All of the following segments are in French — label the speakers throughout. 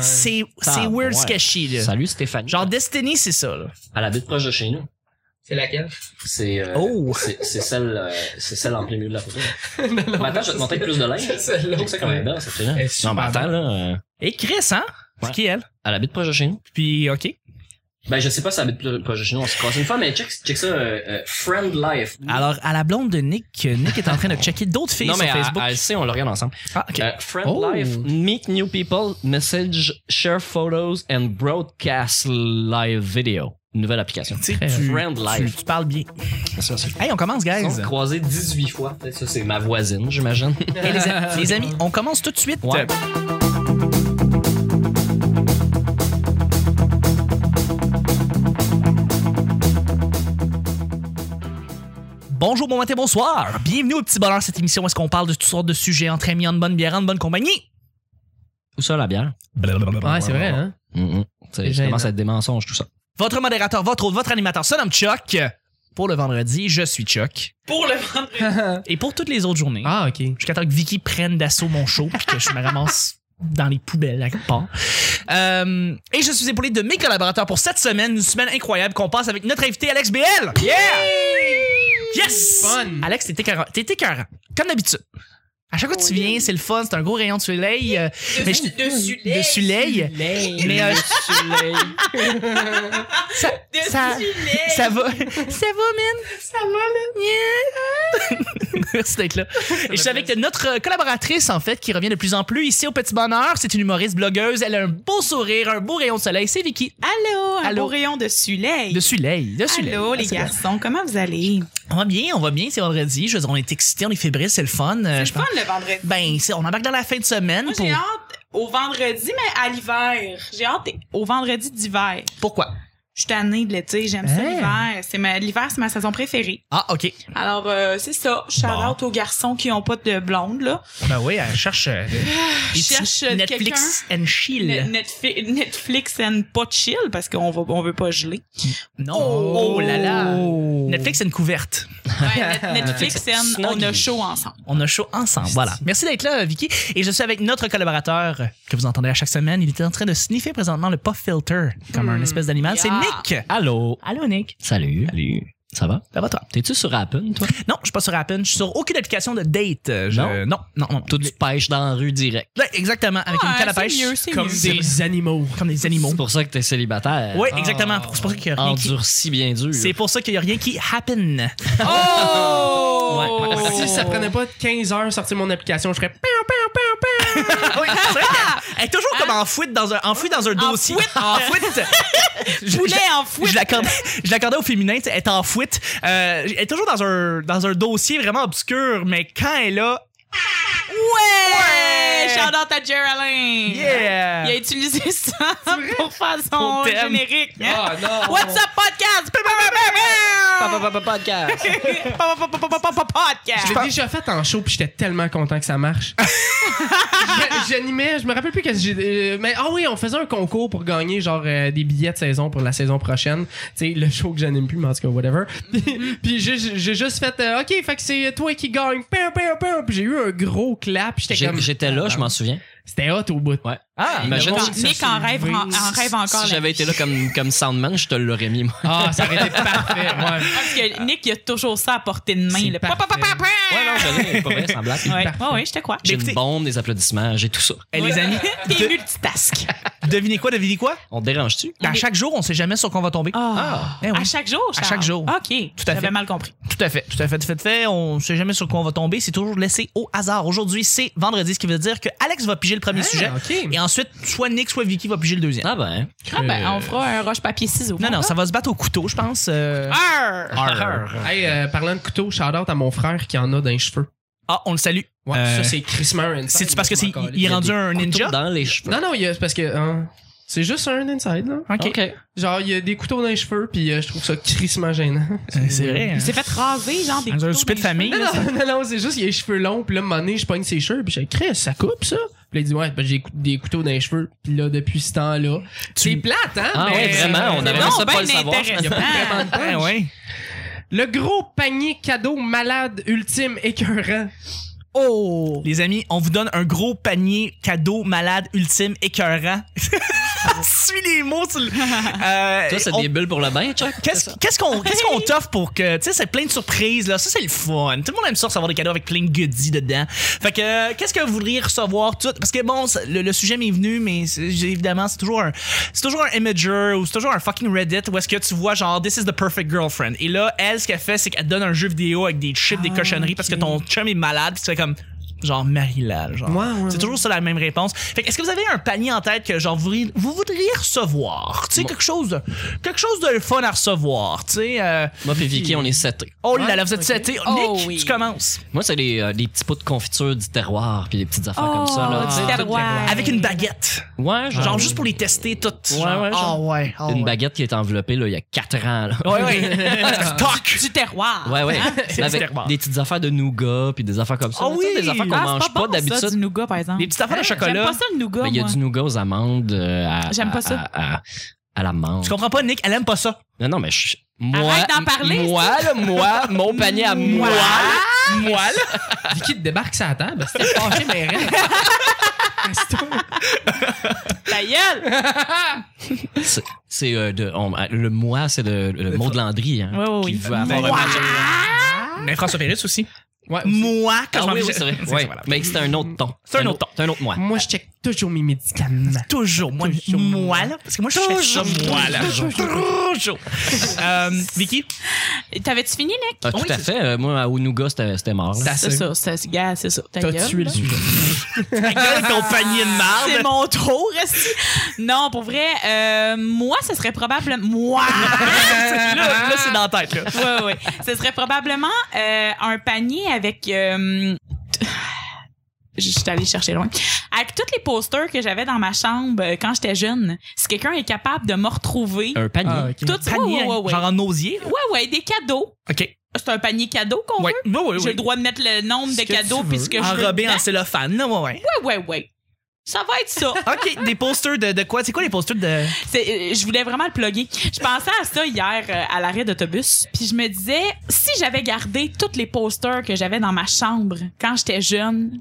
Speaker 1: C'est c'est weird
Speaker 2: ouais.
Speaker 1: sketchy, là.
Speaker 3: Salut Stéphanie.
Speaker 1: Genre Destiny, c'est ça, là.
Speaker 3: Elle habite proche de chez nous.
Speaker 4: C'est laquelle?
Speaker 3: C'est euh,
Speaker 1: Oh!
Speaker 3: c'est c'est celle euh, c'est celle en plein milieu de la photo.
Speaker 1: Oh,
Speaker 3: Maintenant, je vais te montrer plus de
Speaker 4: C'est
Speaker 3: linge.
Speaker 4: celle-là.
Speaker 3: Tu sais comment elle est belle cette fille-là.
Speaker 4: Elle est super
Speaker 2: Non, mais attends,
Speaker 4: belle.
Speaker 2: là. euh,
Speaker 1: Et Chris, hein? C'est
Speaker 2: Ouais.
Speaker 1: qui elle?
Speaker 3: Elle habite proche de chez nous.
Speaker 1: Puis, ok.
Speaker 3: Ben je sais pas si elle habite pro- proche de chez nous. On se croise une fois, mais check check ça. euh, euh, friend life.
Speaker 1: Alors, à la blonde de Nick, euh, Nick est en train de checker d'autres filles
Speaker 3: Ah, non mais
Speaker 1: sur
Speaker 3: elle-
Speaker 1: Facebook.
Speaker 3: elle sait, on le regarde ensemble.
Speaker 1: Ah, ok.
Speaker 3: Euh, friend
Speaker 2: Oh.
Speaker 3: life, meet new people, message, share photos and broadcast live video. Une nouvelle application.
Speaker 1: Tu sais,
Speaker 3: Très-
Speaker 1: tu-
Speaker 3: friend
Speaker 1: euh, tu,
Speaker 3: life.
Speaker 1: tu parles bien.
Speaker 2: C'est ça,
Speaker 1: Hey, on commence, guys.
Speaker 3: On s'est croisés 18 fois. Peut-être Ça, c'est ma voisine, j'imagine.
Speaker 1: Hey, les, a- les amis, on commence tout de suite.
Speaker 3: Ouais.
Speaker 1: Bonjour, bon matin, bonsoir. Bienvenue au Petit Bonheur, cette émission où est-ce qu'on parle de toutes sortes de sujets entre amis, en bonne bière, en bonne compagnie.
Speaker 3: Où ça, la bière?
Speaker 4: Ouais, c'est vrai, hein?
Speaker 3: Mhm.
Speaker 4: C'est
Speaker 3: C'est- Ça
Speaker 4: gênant.
Speaker 3: commence à être des mensonges, tout ça.
Speaker 1: Votre modérateur, votre hôte, votre animateur, son nom Chuck. Pour le vendredi, je suis Chuck.
Speaker 5: Pour le vendre.
Speaker 1: Et pour toutes les autres journées,
Speaker 4: ah, ok.
Speaker 1: jusqu'à temps que Vicky prenne d'assaut mon show puis que je me ramasse dans les poubelles à quelque part. Euh, et je suis épaulé de mes collaborateurs pour cette semaine, une semaine incroyable qu'on passe avec notre invité Alex BL. Yeah! Yes!
Speaker 4: Fun!
Speaker 1: Alex, t'es écœurant. T'es écœurant. Comme d'habitude. À chaque fois que tu viens, c'est le fun, c'est un gros rayon de soleil. euh, mais je-
Speaker 5: Dessus
Speaker 1: de soleil. Mais euh, ça, ça, ça va. Ça va, man? Ça va, man? Merci d'être là. Et je suis avec notre collaboratrice, en fait, qui revient de plus en plus ici au Petit Bonheur. C'est une humoriste blogueuse. Elle a un beau sourire, un beau rayon de soleil. C'est Vicky.
Speaker 5: Allô, un
Speaker 1: Allô.
Speaker 5: beau rayon de soleil.
Speaker 1: De soleil. De soleil.
Speaker 5: Allô, les
Speaker 1: Ah, c'est Euh, bon.
Speaker 5: garçons, comment vous allez?
Speaker 1: On va bien, on va bien. C'est vendredi. Je veux dire, on est excités, on est fébriles, c'est le fun. Euh,
Speaker 5: C'est le
Speaker 1: je
Speaker 5: fun
Speaker 1: pense-
Speaker 5: le vendredi.
Speaker 1: Ben, c'est- on embarque dans la fin de semaine.
Speaker 5: Moi,
Speaker 1: pour...
Speaker 5: j'ai hâte au vendredi, mais à l'hiver. J'ai hâte au vendredi d'hiver.
Speaker 1: Pourquoi?
Speaker 5: Je suis tannée de l'été, j'aime ça
Speaker 1: Hein?
Speaker 5: l'hiver. C'est ma... L'hiver, c'est ma saison préférée.
Speaker 1: Ah, OK.
Speaker 5: Alors, euh, c'est ça. Shout
Speaker 1: Bon.
Speaker 5: out aux garçons qui n'ont pas de blonde, là.
Speaker 1: Ben oui, elle cherche. euh, des
Speaker 5: cherche,
Speaker 1: petits
Speaker 5: euh,
Speaker 1: Netflix and chill.
Speaker 5: Ne- Netfi- Netflix and pas chill parce qu'on va... on veut pas geler.
Speaker 1: non. Oh, là là.
Speaker 4: Oh.
Speaker 1: Netflix and couverte.
Speaker 5: Ouais, Net- Netflix and on a chaud ensemble.
Speaker 1: On a chaud ensemble. Voilà. Merci d'être là, Vicky. Et je suis avec notre collaborateur euh, que vous entendez à chaque semaine. Il était en train de sniffer présentement le puff filter comme un espèce d'animal.
Speaker 5: Hmm. Yeah.
Speaker 1: C'est Nick.
Speaker 3: Allô?
Speaker 1: Allô, Nick.
Speaker 3: Salut. Salut. Ça va?
Speaker 1: Ça va, toi?
Speaker 3: T'es-tu sur Appen, toi?
Speaker 1: Non, je suis pas sur Appen. Je suis sur aucune application de date. Euh, je-
Speaker 3: Non?
Speaker 1: Non, non, non.
Speaker 3: Toi, tu pêches dans la rue direct.
Speaker 1: Ouais, exactement. Avec une
Speaker 5: Ouais,
Speaker 1: canne à
Speaker 5: c'est
Speaker 1: pêche.
Speaker 5: mieux, c'est
Speaker 1: comme,
Speaker 5: mieux.
Speaker 1: Des,
Speaker 4: animaux.
Speaker 1: comme des animaux.
Speaker 3: C'est pour ça que t'es célibataire.
Speaker 1: Oui,
Speaker 4: Ah.
Speaker 1: exactement. C'est pour ça qu'il y a
Speaker 3: Ah,
Speaker 1: rien qui...
Speaker 3: Endurci bien dur.
Speaker 1: C'est pour ça qu'il y a rien qui happen.
Speaker 5: Oh!
Speaker 1: Ouais,
Speaker 4: Ah, Si ça prenait pas 15 heures sortir mon application, je serais.
Speaker 1: Ah oui, c'est vrai qu'elle- elle est toujours comme enfouie dans un, enfouie dans un dossier.
Speaker 5: fouette.
Speaker 1: Enfouite. Je-
Speaker 5: Oh! Poulet
Speaker 1: je-
Speaker 5: en fouet.
Speaker 1: Je l'accordais, je l'accordais au féminin, tu sais, elle est en fuite. Euh, elle est toujours dans un, dans un dossier vraiment obscur, mais quand elle est là,
Speaker 5: Ouais! Shout out à Geraldine!
Speaker 1: yeah!
Speaker 5: Il a utilisé ça pour faire son
Speaker 1: Son thème.
Speaker 5: générique. hein?
Speaker 4: Ah non!
Speaker 5: What's up, podcast?
Speaker 1: Ah,
Speaker 3: podcast.
Speaker 4: Je
Speaker 5: Podcast!
Speaker 4: l'ai déjà fait en show puis j'étais tellement content que ça marche. Je- J'animais, je me rappelle plus qu'est-ce que j'ai. euh, Mais ah oui, on faisait un concours pour gagner genre euh, des billets de saison pour la saison prochaine. Tu sais, le show que j'anime plus, mais en tout cas, whatever. puis j'ai j'ai juste fait, euh, ok, fait que c'est toi qui gagne. Pim, pim, pim. Puis j'ai eu un gros clap. puis J'étais
Speaker 3: J'ai-
Speaker 4: comme.
Speaker 3: J'étais là, je m'en souviens.
Speaker 4: C'était hot au bout.
Speaker 3: Ouais.
Speaker 1: Ah,
Speaker 3: Imagine
Speaker 5: Quand
Speaker 3: si-
Speaker 5: Nick en rêve, en, en rêve encore.
Speaker 3: si
Speaker 5: là.
Speaker 3: j'avais été là comme, comme soundman, je te l'aurais mis, moi.
Speaker 4: Ah, ça aurait été parfait. Ouais.
Speaker 5: Ah, Parce que Nick, il a toujours ça à portée de main.
Speaker 4: C'est
Speaker 5: là.
Speaker 4: parfait.
Speaker 5: Pa, pa, pa, pa, pa.
Speaker 3: Ouais, non, je l'ai, pas vrai, sans blague.
Speaker 5: Ouais,
Speaker 4: parfait.
Speaker 5: ouais, ouais, je te crois.
Speaker 3: J'ai
Speaker 1: Écoutez-
Speaker 3: une bombe, des applaudissements, j'ai tout ça.
Speaker 1: Eh, les amis,
Speaker 5: T'es multitask.
Speaker 1: devinez quoi, devinez quoi?
Speaker 3: On te dérange-tu?
Speaker 1: À chaque jour, on sait jamais sur quoi on va tomber.
Speaker 5: Ah.
Speaker 1: Eh oui.
Speaker 5: À chaque jour,
Speaker 1: À
Speaker 5: Charles.
Speaker 1: chaque jour.
Speaker 5: OK.
Speaker 1: Tout à fait.
Speaker 5: J'avais mal compris.
Speaker 1: Tout à fait, tout à fait, tout à fait, fait. On sait jamais sur quoi on va tomber. C'est toujours laissé au hasard. Aujourd'hui, c'est vendredi, ce qui veut dire que Alex va piger le premier sujet.
Speaker 4: Ah, ok.
Speaker 1: Et ensuite, soit Nick, soit Vicky va piger le deuxième.
Speaker 3: Ah ben.
Speaker 5: Ah, ben, on fera un roche-papier-ciseaux.
Speaker 1: Non, non, ça va se battre au couteau, je pense. euh.
Speaker 5: Arr!
Speaker 4: Hey, euh, parlant de couteau, shout out à mon frère qui en a dans les cheveux.
Speaker 1: Ah, on le salue.
Speaker 4: Ouais,
Speaker 1: Euh,
Speaker 4: ça c'est crissement un inside,
Speaker 1: c'est-tu parce que
Speaker 4: moi, Ben, je
Speaker 1: c'est-
Speaker 4: m'en
Speaker 1: il est
Speaker 4: calais.
Speaker 1: rendu un ninja?
Speaker 3: Couteau dans les cheveux.
Speaker 4: Non, non, il y a- c'est parce que. hein, c'est juste un inside, là.
Speaker 1: Ok.
Speaker 4: Genre, il y a des couteaux dans les cheveux, puis euh, je trouve ça crissement gênant.
Speaker 1: Euh, C'est vrai. hein.
Speaker 5: Il s'est fait raser, genre, des
Speaker 1: Dans un
Speaker 5: couteaux
Speaker 1: souper de
Speaker 5: dans
Speaker 1: famille.
Speaker 5: les
Speaker 4: Non,
Speaker 1: là, ça-
Speaker 4: non, non, non, c'est juste, il a les cheveux longs, puis là, à un moment donné, je pogne ses cheveux, puis je dis, Chris, ça coupe ça? Puis là, il dit, ouais, ben, j'ai cou- des couteaux dans les cheveux, puis là, depuis ce temps-là. C'est plate, hein?
Speaker 3: Ah
Speaker 4: mais-
Speaker 3: ouais, vraiment, on aurait
Speaker 4: C'est bon.
Speaker 3: aimé ça
Speaker 5: ben
Speaker 3: pas le savoir.
Speaker 4: Il y a pas vraiment de punch.
Speaker 1: Ah, ouais.
Speaker 4: Le gros panier cadeau malade ultime écœurant.
Speaker 1: Oh! Les amis, on vous donne un gros panier cadeau malade ultime écœurant. Suis les mots. sur le- Euh,
Speaker 3: Toi, c'est
Speaker 1: on-
Speaker 3: des bulles pour le bain, Chuck?
Speaker 1: Qu'est-ce qu'est-ce qu'on qu'est-ce qu'on t'offre pour que tu sais c'est plein de surprises là ça c'est le fun tout le monde aime ça recevoir des cadeaux avec plein de goodies dedans fait que euh, qu'est-ce que vous voudriez recevoir tout parce que bon c'est- le, le sujet m'est venu mais c'est- j'ai- évidemment c'est toujours un c'est toujours un imager ou c'est toujours un fucking Reddit où est-ce que tu vois genre this is the perfect girlfriend et là elle ce qu'elle fait c'est qu'elle te donne un jeu vidéo avec des chips des cochonneries parce que ton chum est malade puis tu fais comme genre Marie-La genre
Speaker 4: Ouais, ouais,
Speaker 1: c'est toujours ça la même réponse fait que est-ce que vous avez un panier en tête que genre vous, voudriez- vous voudriez recevoir tu sais quelque chose de, quelque chose de fun à recevoir tu sais euh,
Speaker 3: Moi, puis Vicky, on est setés.
Speaker 1: oh là
Speaker 4: Ouais,
Speaker 1: là vous êtes
Speaker 4: ok.
Speaker 1: setés.
Speaker 5: Oh
Speaker 1: Nick
Speaker 5: oui.
Speaker 1: tu commences
Speaker 3: Moi, c'est des, euh, des petits pots de confiture du terroir, puis des petites affaires comme ça. Là, tu sais,
Speaker 5: petit
Speaker 3: toutes les-
Speaker 5: terroir.
Speaker 1: avec une baguette
Speaker 3: Ouais, genre,
Speaker 1: genre juste pour les tester toutes
Speaker 3: Ouais,
Speaker 1: genre,
Speaker 3: ouais, genre.
Speaker 1: ah ouais ah
Speaker 3: une
Speaker 1: ouais.
Speaker 3: baguette qui est enveloppée là, il y a 4 ans. Là.
Speaker 1: ouais ouais Toc!
Speaker 5: Du terroir.
Speaker 3: Ouais, ouais.
Speaker 1: C'est
Speaker 3: Avec
Speaker 1: du terroir.
Speaker 3: des petites affaires de nougat, puis des affaires comme ça.
Speaker 1: Ah
Speaker 3: là, tu sais,
Speaker 1: oui!
Speaker 3: Des affaires qu'on
Speaker 5: Ah,
Speaker 3: mange
Speaker 5: c'est pas,
Speaker 3: pas
Speaker 5: bon, ça,
Speaker 3: d'habitude.
Speaker 5: du nougat, par exemple. Ah,
Speaker 1: des petites affaires de
Speaker 5: J'aime
Speaker 1: chocolat
Speaker 5: pas ça, le nougat,
Speaker 3: Ben, Il y a
Speaker 5: moi.
Speaker 3: du nougat aux amandes. euh, à-
Speaker 5: J'aime pas
Speaker 3: à-
Speaker 5: ça.
Speaker 3: À, à- à l'amande.
Speaker 1: tu comprends pas Nick elle aime pas ça
Speaker 3: Non, non, mais je. Moi,
Speaker 5: Arrête d'en parler,
Speaker 3: Moi, là, moi, mon panier à moi.
Speaker 1: moi là
Speaker 4: Vicky te débarque sur la table. C'est fâché, mais rien.
Speaker 5: Ta gueule!
Speaker 3: C'est- C'est euh, de. on- euh, le moi, c'est le, le mot de Landry. Hein,
Speaker 5: Ouais, ouais,
Speaker 3: qui
Speaker 5: oui.
Speaker 3: veut avoir-
Speaker 1: Moi. mais François Pérus aussi
Speaker 4: Ouais,
Speaker 1: moi quand
Speaker 3: Ah
Speaker 1: je
Speaker 3: oui,
Speaker 1: m'en-
Speaker 3: oui, c'est vrai.
Speaker 1: c'est-
Speaker 3: Ouais,
Speaker 1: voilà.
Speaker 3: Mais c'est un autre ton.
Speaker 1: C'est un autre ton.
Speaker 3: C'est un autre moi.
Speaker 4: Moi, je check toujours mes médicaments.
Speaker 1: Toujours, moi,
Speaker 4: Toujours.
Speaker 1: moi là, parce que moi je fais ça, moi là, toujours. Euh, Vicky,
Speaker 5: T'avais-tu fini, Nick?
Speaker 3: Ah, tout
Speaker 1: Oui,
Speaker 3: à
Speaker 1: c'est-
Speaker 3: fait. euh, moi, à Onuga, c'était c'était mort. là.
Speaker 4: Ça-
Speaker 5: C'est
Speaker 4: c'est-
Speaker 5: ça, c'est gars, c'est ça. Ta
Speaker 4: T'as
Speaker 5: gueule,
Speaker 4: tué le
Speaker 5: là.
Speaker 4: sujet.
Speaker 1: ta gueule, ton panier de
Speaker 5: C'est
Speaker 1: marde.
Speaker 5: mon tour, esti. Non, pour vrai, euh, moi, ce serait probablement... Moi!
Speaker 1: là, là, c'est dans la tête là.
Speaker 5: ouais, ouais. Ce serait probablement euh, un panier avec. euh, t- je suis allée chercher loin. Avec tous les posters que j'avais dans ma chambre euh, quand j'étais jeune, si quelqu'un est capable de me retrouver,
Speaker 3: Un panier.
Speaker 4: Ah, ok.
Speaker 5: tout
Speaker 1: Panier,
Speaker 5: ouais, ouais, ouais.
Speaker 1: genre en osier. là.
Speaker 5: ouais, ouais, des cadeaux.
Speaker 1: Ok.
Speaker 5: C'est un panier cadeau qu'on
Speaker 1: Ouais.
Speaker 5: veut.
Speaker 1: Ouais, ouais,
Speaker 5: J'ai
Speaker 1: ouais.
Speaker 5: le droit de mettre le nombre
Speaker 4: Ce
Speaker 5: de
Speaker 4: que
Speaker 5: cadeaux
Speaker 4: tu
Speaker 5: puis
Speaker 4: veux.
Speaker 5: ce que je veux.
Speaker 1: Enrobé en
Speaker 5: dedans.
Speaker 1: cellophane, là, ouais, ouais.
Speaker 5: Ouais, ouais, ouais. Ça va être ça.
Speaker 1: Ok, des posters de, de quoi C'est quoi les posters de
Speaker 5: C'est- euh, je voulais vraiment le plugger. Je pensais à ça hier euh, à l'arrêt d'autobus. Puis je me disais, si j'avais gardé tous les posters que j'avais dans ma chambre quand j'étais jeune,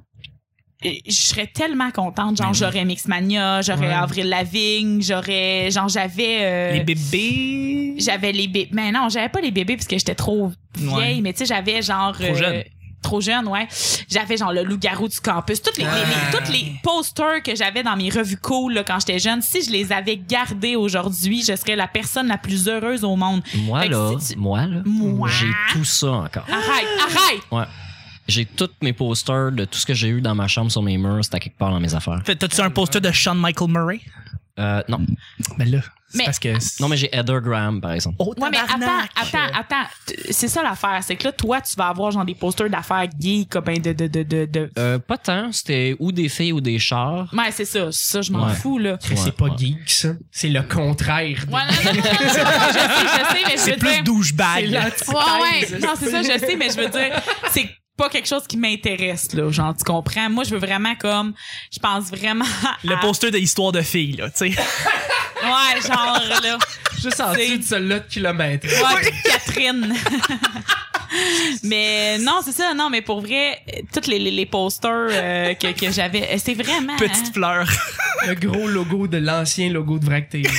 Speaker 5: euh, je serais tellement contente. Genre, j'aurais Mixmania, j'aurais
Speaker 4: Ouais.
Speaker 5: Avril Lavigne, j'aurais. Genre, j'avais. euh,
Speaker 1: les bébés
Speaker 5: j'avais les bébés. Mais non, j'avais pas les bébés parce que j'étais trop vieille,
Speaker 1: Ouais.
Speaker 5: mais tu sais, j'avais genre. euh,
Speaker 1: Trop jeune.
Speaker 5: Trop jeune, ouais. J'avais genre le loup-garou du campus. Toutes les, les- les- toutes les posters que j'avais dans mes revues cool là, quand j'étais jeune, si je les avais gardés aujourd'hui, je serais la personne la plus heureuse au monde.
Speaker 3: Moi,
Speaker 5: Fait que
Speaker 3: là,
Speaker 5: si tu-
Speaker 3: moi, là,
Speaker 5: Moi.
Speaker 3: j'ai tout ça encore.
Speaker 5: Arrête, arrête!
Speaker 3: Ouais. J'ai tous mes posters de tout ce que j'ai eu dans ma chambre sur mes murs, c'était quelque part dans mes affaires.
Speaker 1: Fait- T'as-tu un poster de Sean Michael Murray
Speaker 3: Euh, non.
Speaker 1: Ben là, c'est
Speaker 5: Mais-
Speaker 1: parce que.
Speaker 3: Non, mais j'ai Heather Graham, par exemple.
Speaker 1: Oh,
Speaker 5: Ouais, mais attends,
Speaker 1: tabarnak.
Speaker 5: attends, attends. T- C'est ça l'affaire. C'est que là, toi, tu vas avoir genre des posters d'affaires geek, comme ben, de, de, de, de, de-
Speaker 3: Euh, pas tant, c'était ou des filles ou des chars.
Speaker 5: Ouais, c'est ça. Ça, je m'en
Speaker 3: Ouais.
Speaker 5: fous, là.
Speaker 4: Chris,
Speaker 3: Ouais,
Speaker 4: C'est pas
Speaker 3: ouais.
Speaker 4: geek, ça. C'est le contraire.
Speaker 5: Ouais, non, non, non, non, non, je sais, je sais, mais je veux
Speaker 1: C'est plus
Speaker 5: dire-
Speaker 1: douchebag. là.
Speaker 4: l'antithèse.
Speaker 5: Ouais, ouais. Non, c'est ça, je sais, mais je veux dire, c'est pas quelque chose qui m'intéresse, là. Genre, tu comprends? Moi, je veux vraiment comme, je pense vraiment.
Speaker 1: Le
Speaker 5: à-
Speaker 1: poster de histoire de filles là, tu sais.
Speaker 5: Ouais, genre, là.
Speaker 4: Juste en dessous de celle-là de kilomètre.
Speaker 5: Ouais, puis Catherine. mais non, c'est ça, non, mais pour vrai, euh, tous les, les, les posters euh, que, que j'avais, euh, c'est vraiment.
Speaker 1: Petite
Speaker 5: hein.
Speaker 1: fleur.
Speaker 4: Le gros logo de l'ancien logo de Vrac TV.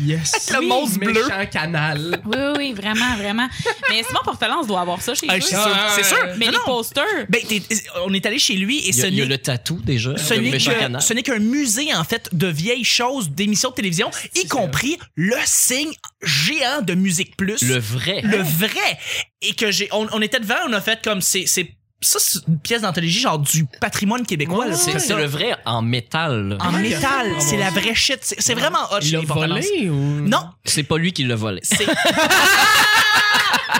Speaker 4: Yes.
Speaker 1: Le
Speaker 4: Oui,
Speaker 1: monstre bleu.
Speaker 4: méchant canal.
Speaker 5: Oui, oui, oui, vraiment, vraiment. Mais Simon Portelance doit avoir ça chez
Speaker 1: Ah,
Speaker 5: eux.
Speaker 1: je suis sûr, c'est sûr.
Speaker 5: Mais
Speaker 1: Non,
Speaker 5: les
Speaker 1: non.
Speaker 5: posters.
Speaker 1: Ben, t'es- on est allé chez lui et
Speaker 3: Il y
Speaker 1: ce
Speaker 3: a, il y a
Speaker 1: n'est
Speaker 3: le tatou déjà.
Speaker 1: ce
Speaker 3: le
Speaker 1: n'est
Speaker 3: méchant
Speaker 1: que-
Speaker 3: canard.
Speaker 1: ce n'est qu'un musée, en fait, de vieilles choses, d'émissions de télévision, y compris le signe géant de Musique Plus.
Speaker 3: Le vrai.
Speaker 1: Le vrai. Et que j'ai, on, on était devant, on a fait comme c'est, c'est, ça, c'est une pièce d'anthologie, genre du patrimoine québécois, là.
Speaker 3: C'est
Speaker 1: C'est
Speaker 3: c'est
Speaker 1: ça.
Speaker 3: le vrai en métal. là.
Speaker 1: En
Speaker 4: Ah,
Speaker 1: métal,
Speaker 4: il a-
Speaker 1: c'est la vraie shit. C'est, c'est vraiment hot
Speaker 4: Il
Speaker 1: chez
Speaker 4: l'a
Speaker 1: les Portelances.
Speaker 4: volé ou.
Speaker 1: Non,
Speaker 3: C'est pas lui qui l'a volé.
Speaker 1: c'est.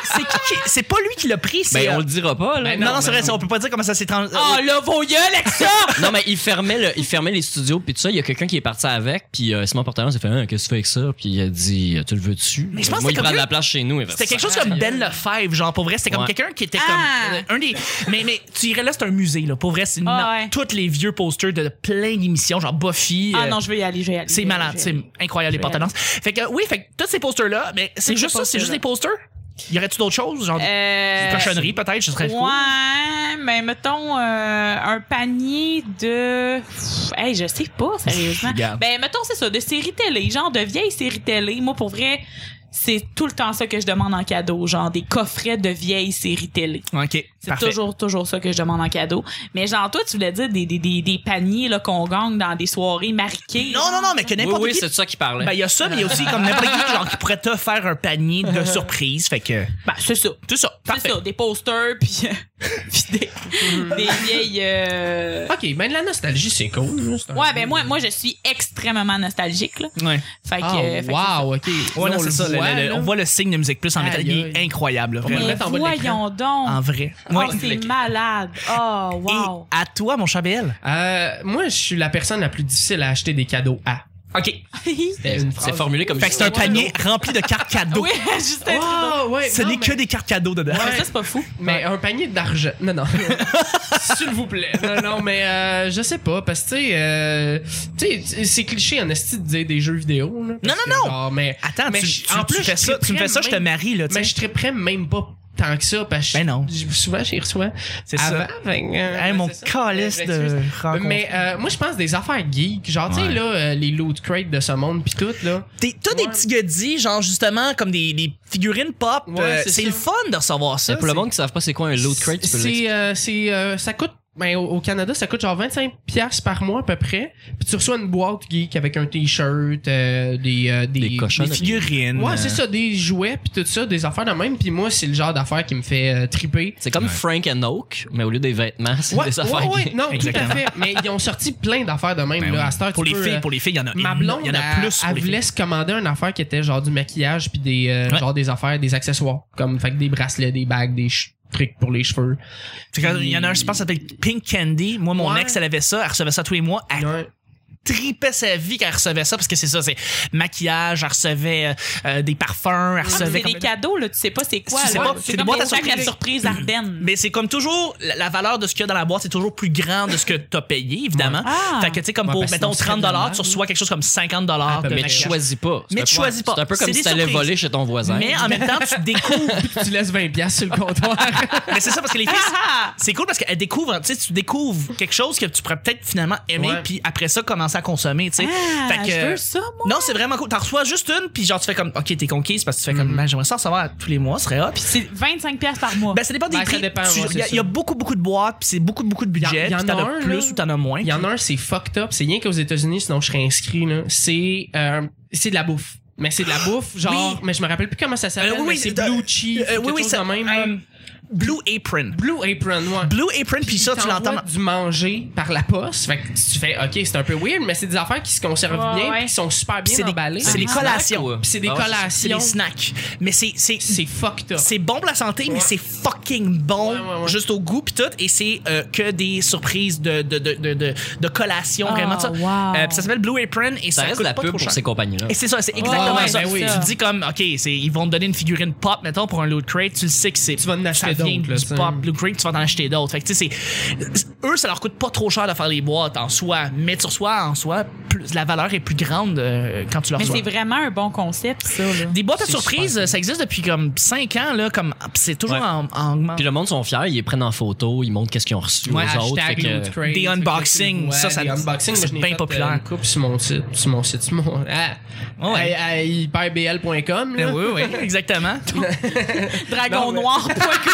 Speaker 1: c'est qui qui- C'est pas lui qui l'a pris, c'est.
Speaker 3: Ben, on
Speaker 1: euh,
Speaker 3: le dira pas, là.
Speaker 4: Ben,
Speaker 1: non, non,
Speaker 4: non,
Speaker 1: c'est
Speaker 4: ben
Speaker 1: vrai, ça, on peut pas dire comment ça s'est trans.
Speaker 3: Ah,
Speaker 5: Oh, là, vos yeux, Alexa!
Speaker 3: Non, mais il fermait, le- il fermait les studios, puis tout ça. Il y a quelqu'un qui est parti avec, puis euh, Simon Portelance s'est fait Hein, Qu'est-ce que tu fais avec ça Puis il a dit euh, Tu le veux-tu
Speaker 1: Mais je pense que
Speaker 3: Moi,
Speaker 1: c'est
Speaker 3: il prend
Speaker 1: comme
Speaker 3: de
Speaker 1: lui-
Speaker 3: la place chez nous. il va
Speaker 1: C'était
Speaker 3: faire
Speaker 1: quelque
Speaker 3: ça.
Speaker 1: chose comme Ben Lefebvre, genre, pour vrai, c'était comme
Speaker 3: Ouais.
Speaker 1: quelqu'un qui était
Speaker 5: Ah!
Speaker 1: comme. euh, Un des. Mais, mais tu irais là, c'est un musée, là. Pour vrai, c'est
Speaker 5: Ah
Speaker 1: na-
Speaker 5: ouais.
Speaker 1: tous les vieux posters de plein d'émissions, genre Buffy.
Speaker 5: Ah
Speaker 1: euh,
Speaker 5: non, je veux y aller, je vais y aller.
Speaker 1: c'est
Speaker 5: je vais y
Speaker 1: malade,
Speaker 5: aller, je vais y
Speaker 1: c'est incroyable les
Speaker 5: vais y
Speaker 1: pantalons. Fait que euh, oui, fait que tous ces posters là, mais c'est
Speaker 5: Tous
Speaker 1: juste
Speaker 5: ces
Speaker 1: ça, c'est juste
Speaker 5: posters-là.
Speaker 1: des posters. Y aurait-tu d'autres choses? Genre des
Speaker 5: Euh,
Speaker 1: cochonneries, peut-être? Ce serait cool.
Speaker 5: Ouais, mais mettons euh, un panier de. Pff, Hey, je sais pas, sérieusement.
Speaker 3: Regarde.
Speaker 5: ben, mettons, c'est ça, de séries télé, genre de vieilles séries télé. Moi, pour vrai, c'est tout le temps ça que je demande en cadeau, genre des coffrets de vieilles séries télé.
Speaker 1: OK.
Speaker 5: C'est
Speaker 1: Parfait.
Speaker 5: toujours, toujours ça que je demande en cadeau. Mais genre, toi, tu voulais dire des, des, des, des paniers là, qu'on gagne dans des soirées marquées.
Speaker 1: Non, non, non, mais que
Speaker 3: Oui,
Speaker 1: n'importe
Speaker 3: oui,
Speaker 1: qui.
Speaker 3: c'est de ça qu'il parlait.
Speaker 1: Ben, il y a ça, mais il y a aussi comme n'importe qui genre, qui pourrait te faire un panier de surprise. Fait que.
Speaker 5: Ben, c'est ça.
Speaker 1: Tout ça.
Speaker 5: C'est
Speaker 1: Parfait.
Speaker 5: ça, des posters, puis, euh, puis des, des vieilles... euh,
Speaker 4: Ok, ben de la nostalgie, c'est cool. c'est un-
Speaker 5: Ouais, ben moi, moi, je suis extrêmement nostalgique, là.
Speaker 1: Ouais.
Speaker 5: Fait que...
Speaker 4: Ah,
Speaker 5: fait que
Speaker 4: wow, ok.
Speaker 1: Ouais, non,
Speaker 4: Là, on
Speaker 1: c'est
Speaker 4: le
Speaker 1: ça. le-
Speaker 4: voit,
Speaker 1: le-
Speaker 4: là.
Speaker 1: on voit le signe de musique plus en métal. Il est
Speaker 4: Aïe, aïe.
Speaker 1: incroyable, là,
Speaker 5: c'est
Speaker 1: vraiment.
Speaker 5: ça.
Speaker 4: le
Speaker 5: Mais
Speaker 4: mettre en bas de l'écran.
Speaker 5: voyons donc!
Speaker 1: En vrai.
Speaker 5: Ah,
Speaker 1: Ouais.
Speaker 5: c'est malade! Oh, wow!
Speaker 1: Et à toi, mon chat BL.
Speaker 4: Euh, moi, je suis la personne la plus difficile à acheter des cadeaux à.
Speaker 1: OK.
Speaker 4: C'était une
Speaker 3: C'est
Speaker 4: phrase.
Speaker 3: formulé comme
Speaker 1: Fait que c'est un
Speaker 3: ça.
Speaker 1: panier rempli de cartes cadeaux.
Speaker 5: oui, Justin Trudeau.
Speaker 4: Ah, ouais,
Speaker 1: Ce
Speaker 4: non,
Speaker 1: n'est
Speaker 4: mais-
Speaker 1: que des cartes cadeaux dedans.
Speaker 5: Mais Ça, c'est pas fou.
Speaker 4: Mais un panier d'argent. Non, non. S'il vous plaît. Non, non, mais euh, je sais pas, parce que, tu sais, euh, tu sais, c'est cliché en esti de dire des jeux vidéo. Là, parce
Speaker 1: Non, non,
Speaker 4: que,
Speaker 1: non.
Speaker 4: genre, mais,
Speaker 1: Attends,
Speaker 4: mais
Speaker 1: tu,
Speaker 4: je-
Speaker 1: tu-
Speaker 4: en
Speaker 1: tu
Speaker 4: plus,
Speaker 1: fais ça, tu me fais ça, je te
Speaker 4: même-
Speaker 1: marie, là, tu
Speaker 4: Mais
Speaker 1: sais.
Speaker 4: je triperais même pas tant que ça, parce que
Speaker 1: Ben non.
Speaker 4: je- souvent, j'y reçois.
Speaker 1: C'est
Speaker 4: avant,
Speaker 1: ça.
Speaker 4: fait que, euh,
Speaker 1: Hey, mon
Speaker 4: c'est ça.
Speaker 1: calice
Speaker 4: Je m'excuse.
Speaker 1: de rencontre.
Speaker 4: Mais euh, moi, je pense des affaires geeks. Genre, tu sais,
Speaker 3: Ouais.
Speaker 4: là, euh, les loot crates de ce monde, pis tout, là.
Speaker 1: T'es- T'as des
Speaker 4: Ouais.
Speaker 1: petits goodies, genre justement comme des, des figurines pop.
Speaker 4: Ouais,
Speaker 1: Euh,
Speaker 4: c'est
Speaker 1: c'est
Speaker 4: ça.
Speaker 1: le fun de recevoir ça.
Speaker 3: C'est pour le monde qui ne savent pas c'est quoi un load crate, tu peux l'expliquer.
Speaker 4: C'est, euh, c'est, euh, ça coûte, ben, au, au Canada, ça coûte genre 25 pièces par mois à peu près. Puis tu reçois une boîte geek avec un t-shirt, euh, des, euh, des,
Speaker 3: Des cochons.
Speaker 1: Des euh. figurines.
Speaker 4: Ouais, c'est ça, des jouets puis tout ça, des affaires de même. Puis moi, c'est le genre d'affaires qui me fait euh, triper.
Speaker 3: C'est comme Frank and Oak, mais au lieu des vêtements, c'est
Speaker 4: Ouais,
Speaker 3: des
Speaker 4: ouais,
Speaker 3: affaires.
Speaker 4: ouais,
Speaker 3: qui-
Speaker 4: non,
Speaker 1: Exactement.
Speaker 4: tout à fait. Mais ils ont sorti plein d'affaires de même
Speaker 1: Ben
Speaker 4: là,
Speaker 1: oui.
Speaker 4: à cette heure,
Speaker 1: Pour
Speaker 4: tu
Speaker 1: les
Speaker 4: peux,
Speaker 1: filles,
Speaker 4: euh,
Speaker 1: pour les filles, il y en a
Speaker 4: Ma
Speaker 1: éno-
Speaker 4: blonde,
Speaker 1: il y en a
Speaker 4: elle,
Speaker 1: plus pour
Speaker 4: elle
Speaker 1: les
Speaker 4: voulait
Speaker 1: filles.
Speaker 4: se commander une affaire qui était genre du maquillage puis des euh,
Speaker 1: Ouais.
Speaker 4: genre des affaires, des accessoires comme fait que des bracelets, des bagues, des ch- trucs pour les cheveux.
Speaker 1: C'est quand- Il y en a un, je pense, ça s'appelle Pink Candy. Moi, mon
Speaker 4: Ouais.
Speaker 1: ex, elle avait ça. Elle recevait ça tous les mois. Elle
Speaker 4: Ouais.
Speaker 1: tripait sa vie quand elle recevait ça parce que c'est ça, c'est maquillage, elle recevait euh, euh, des parfums, elle
Speaker 5: Ah, mais
Speaker 1: recevait
Speaker 5: C'est
Speaker 1: comme-
Speaker 5: des cadeaux, là. Tu sais pas c'est quoi.
Speaker 1: Tu sais
Speaker 5: là.
Speaker 1: pas, c'est
Speaker 5: c'est
Speaker 1: des
Speaker 5: comme
Speaker 1: boîtes à
Speaker 5: des sacs à
Speaker 1: surprise.
Speaker 5: surprise Ardennes.
Speaker 1: Mm. Mais c'est comme toujours, la, la valeur de ce qu'il y a dans la boîte, c'est toujours plus grand de ce que t'as payé, évidemment.
Speaker 5: Ah.
Speaker 1: Fait que, tu sais, comme
Speaker 4: Ouais,
Speaker 1: pour,
Speaker 4: parce que
Speaker 1: mettons,
Speaker 4: sinon, c'est
Speaker 1: 30
Speaker 4: de la
Speaker 1: tu
Speaker 4: merde.
Speaker 1: reçois quelque chose comme 50
Speaker 4: Ah,
Speaker 1: de
Speaker 4: ben,
Speaker 3: Mais tu
Speaker 1: maquillage.
Speaker 3: choisis pas.
Speaker 1: Mais
Speaker 3: C'est
Speaker 1: tu
Speaker 3: un peu-
Speaker 1: choisis pas.
Speaker 3: C'est un peu
Speaker 1: C'est
Speaker 3: comme si
Speaker 1: des
Speaker 3: t'allais
Speaker 1: surprises.
Speaker 3: voler chez ton
Speaker 4: hein.
Speaker 3: voisin.
Speaker 1: Mais euh, en même temps, tu découvres.
Speaker 4: tu laisses 20 pièces sur le comptoir.
Speaker 1: Mais c'est ça, parce que les filles,
Speaker 5: Ah!
Speaker 1: c'est cool parce qu'elles découvrent, tu sais, tu découvres quelque chose que tu pourrais peut-être finalement aimer,
Speaker 4: Ouais.
Speaker 1: puis après ça, commencer à consommer, tu sais.
Speaker 5: Ah,
Speaker 1: Fait que-
Speaker 5: je veux ça, moi.
Speaker 1: Non, c'est vraiment cool. T'en reçois juste une, puis genre, tu fais comme, OK, t'es conquise parce que tu fais comme,
Speaker 4: Mhm.
Speaker 1: ben, j'aimerais ça recevoir tous les mois, ce serait hop.
Speaker 5: Puis c'est 25 piastres par mois.
Speaker 1: Ben, ça dépend des
Speaker 4: Ben, ça
Speaker 1: prix.
Speaker 4: dépend,
Speaker 1: Tu-
Speaker 4: ouais,
Speaker 1: Il y a-
Speaker 4: c'est
Speaker 1: il y, a
Speaker 4: ça.
Speaker 1: beaucoup, beaucoup de boîtes, puis c'est beaucoup, beaucoup de budget.
Speaker 4: Il y en
Speaker 1: puis t'en
Speaker 4: a
Speaker 1: as
Speaker 4: un,
Speaker 1: plus
Speaker 4: là.
Speaker 1: ou t'en as moins.
Speaker 4: Il y en a un, c'est fucked up. C'est rien qu'aux États-Unis, sinon je serais inscrit. là. C'est euh, c'est de la bouffe. Mais c'est de la bouffe, genre.
Speaker 1: Oui.
Speaker 4: Mais je me rappelle plus comment ça s'appelle.
Speaker 1: Euh, oui,
Speaker 4: mais
Speaker 1: oui,
Speaker 4: c'est
Speaker 1: de-
Speaker 4: Blue Cheese.
Speaker 1: Euh, oui, oui,
Speaker 4: ça
Speaker 1: ça.
Speaker 4: même.
Speaker 1: euh, Blue Apron.
Speaker 4: Blue Apron, ouais.
Speaker 1: Blue Apron, puis ça, tu
Speaker 4: t'envoies
Speaker 1: l'entends.
Speaker 4: du manger par la poste. Fait que tu fais, OK, c'est un peu weird, mais c'est des affaires qui se conservent
Speaker 5: Ouais,
Speaker 4: bien,
Speaker 5: ouais.
Speaker 4: puis qui sont super
Speaker 1: C'est
Speaker 4: bien
Speaker 1: des-
Speaker 4: emballées.
Speaker 1: c'est des
Speaker 4: Ah,
Speaker 1: collations.
Speaker 4: ouais. Puis c'est des
Speaker 3: Ah ouais,
Speaker 1: C'est
Speaker 4: collations.
Speaker 1: des snacks. Mais c'est. c'est-
Speaker 4: C'est fucked up.
Speaker 1: C'est bon pour la santé, mais
Speaker 4: Ouais.
Speaker 1: c'est fucking bon,
Speaker 4: Ouais, ouais, ouais.
Speaker 1: juste au goût pis tout, et c'est euh, que des surprises de de de de, de, de collation
Speaker 5: Ah,
Speaker 1: vraiment ça.
Speaker 5: wow.
Speaker 1: Euh, pis ça s'appelle Blue Apron et ça,
Speaker 3: Ça reste
Speaker 1: coûte
Speaker 3: de la
Speaker 1: pas
Speaker 3: pub
Speaker 1: trop
Speaker 3: pour
Speaker 1: cher.
Speaker 3: ces compagnies-là.
Speaker 1: Et c'est ça, c'est exactement
Speaker 4: ouais,
Speaker 1: ça.
Speaker 4: ben oui.
Speaker 1: Tu te dis comme, ok, c'est, ils vont te donner une figurine pop, mettons, pour un loot crate, tu le sais que c'est.
Speaker 4: Tu vas en
Speaker 1: ça
Speaker 4: acheter
Speaker 1: vient
Speaker 4: d'autres, là,
Speaker 1: du
Speaker 4: ça.
Speaker 1: pop loot crate, tu vas en acheter d'autres. Fait que tu sais, c'est- c'est- eux, ça leur coûte pas trop cher de faire les boîtes en soi, mais sur soi, en soi, plus- la valeur est plus grande euh, quand tu leur
Speaker 5: Mais
Speaker 1: reçois.
Speaker 5: c'est vraiment un bon concept, ça. Là.
Speaker 1: Des boîtes à
Speaker 4: C'est
Speaker 1: surprise,
Speaker 4: super cool.
Speaker 1: ça existe depuis comme 5 ans, là, comme pis c'est toujours
Speaker 3: Ouais.
Speaker 1: en, en augmentation.
Speaker 3: Puis le monde sont fiers, ils les prennent en photo, ils montrent qu'est-ce qu'ils ont reçu
Speaker 4: Ouais,
Speaker 3: aux autres.
Speaker 4: hashtag
Speaker 3: fait que-
Speaker 4: Loot Crate,
Speaker 1: Des
Speaker 4: fait que
Speaker 1: unboxings,
Speaker 4: tu-
Speaker 1: ça,
Speaker 4: ouais,
Speaker 1: ça-
Speaker 4: des unboxings,
Speaker 1: c'est
Speaker 4: moi, je n'ai
Speaker 1: bien
Speaker 4: fait, euh,
Speaker 1: populaire.
Speaker 4: une coupe sur mon site, sur mon site, sur mon. Ah,
Speaker 1: Ouais.
Speaker 4: ouais. Ben À, à hyperbl.com, là.
Speaker 1: Ben oui, oui, exactement.
Speaker 5: Dragon
Speaker 4: Non, mais-
Speaker 5: noir.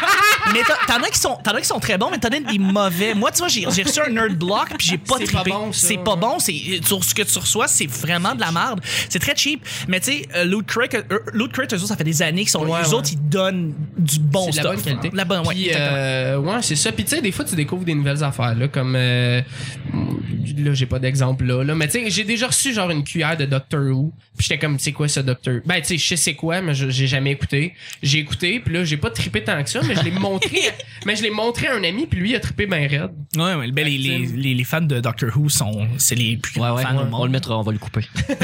Speaker 1: mais t'en- t'en as qui sont, t'en as qui sont très bons, mais t'en as des mauvais. Moi, tu vois, j'ai j'ai reçu un nerd block puis j'ai pas
Speaker 4: C'est
Speaker 1: trippé.
Speaker 4: pas bon, ça.
Speaker 1: C'est pas bon. C'est sur ce que tu reçois, c'est vraiment de la merde. C'est très cheap. Mais tu sais, euh, Loot Crate, euh, Loot Crate, eux autres, ça fait des années qu'ils sont.
Speaker 4: Ouais,
Speaker 1: les
Speaker 4: ouais.
Speaker 1: autres, ils donnent du bon
Speaker 4: C'est
Speaker 1: stuff.
Speaker 4: de la bonne qualité.
Speaker 1: La bonne, ouais,
Speaker 4: Puis,
Speaker 1: exactement.
Speaker 4: euh, ouais, c'est ça. Puis tu sais, des fois, tu découvres des nouvelles affaires, là, comme. euh, là, j'ai pas d'exemple là, là. Mais tu sais, j'ai déjà reçu genre une cuillère de Doctor Who. Puis j'étais comme, c'est quoi ce Doctor Who? Ben, tu sais, je sais c'est quoi, mais je- j'ai jamais écouté. J'ai écouté, puis là, j'ai pas trippé tant que ça, mais je l'ai montré. mais je l'ai montré à un ami, puis lui, il a trippé ben raide.
Speaker 1: Ouais, ouais, ben, les, les, les, les fans de Doctor Who sont, c'est les plus
Speaker 3: Ouais,
Speaker 1: grands
Speaker 3: ouais,
Speaker 1: fans au
Speaker 3: on le
Speaker 1: monde.
Speaker 3: mettra, on va le couper.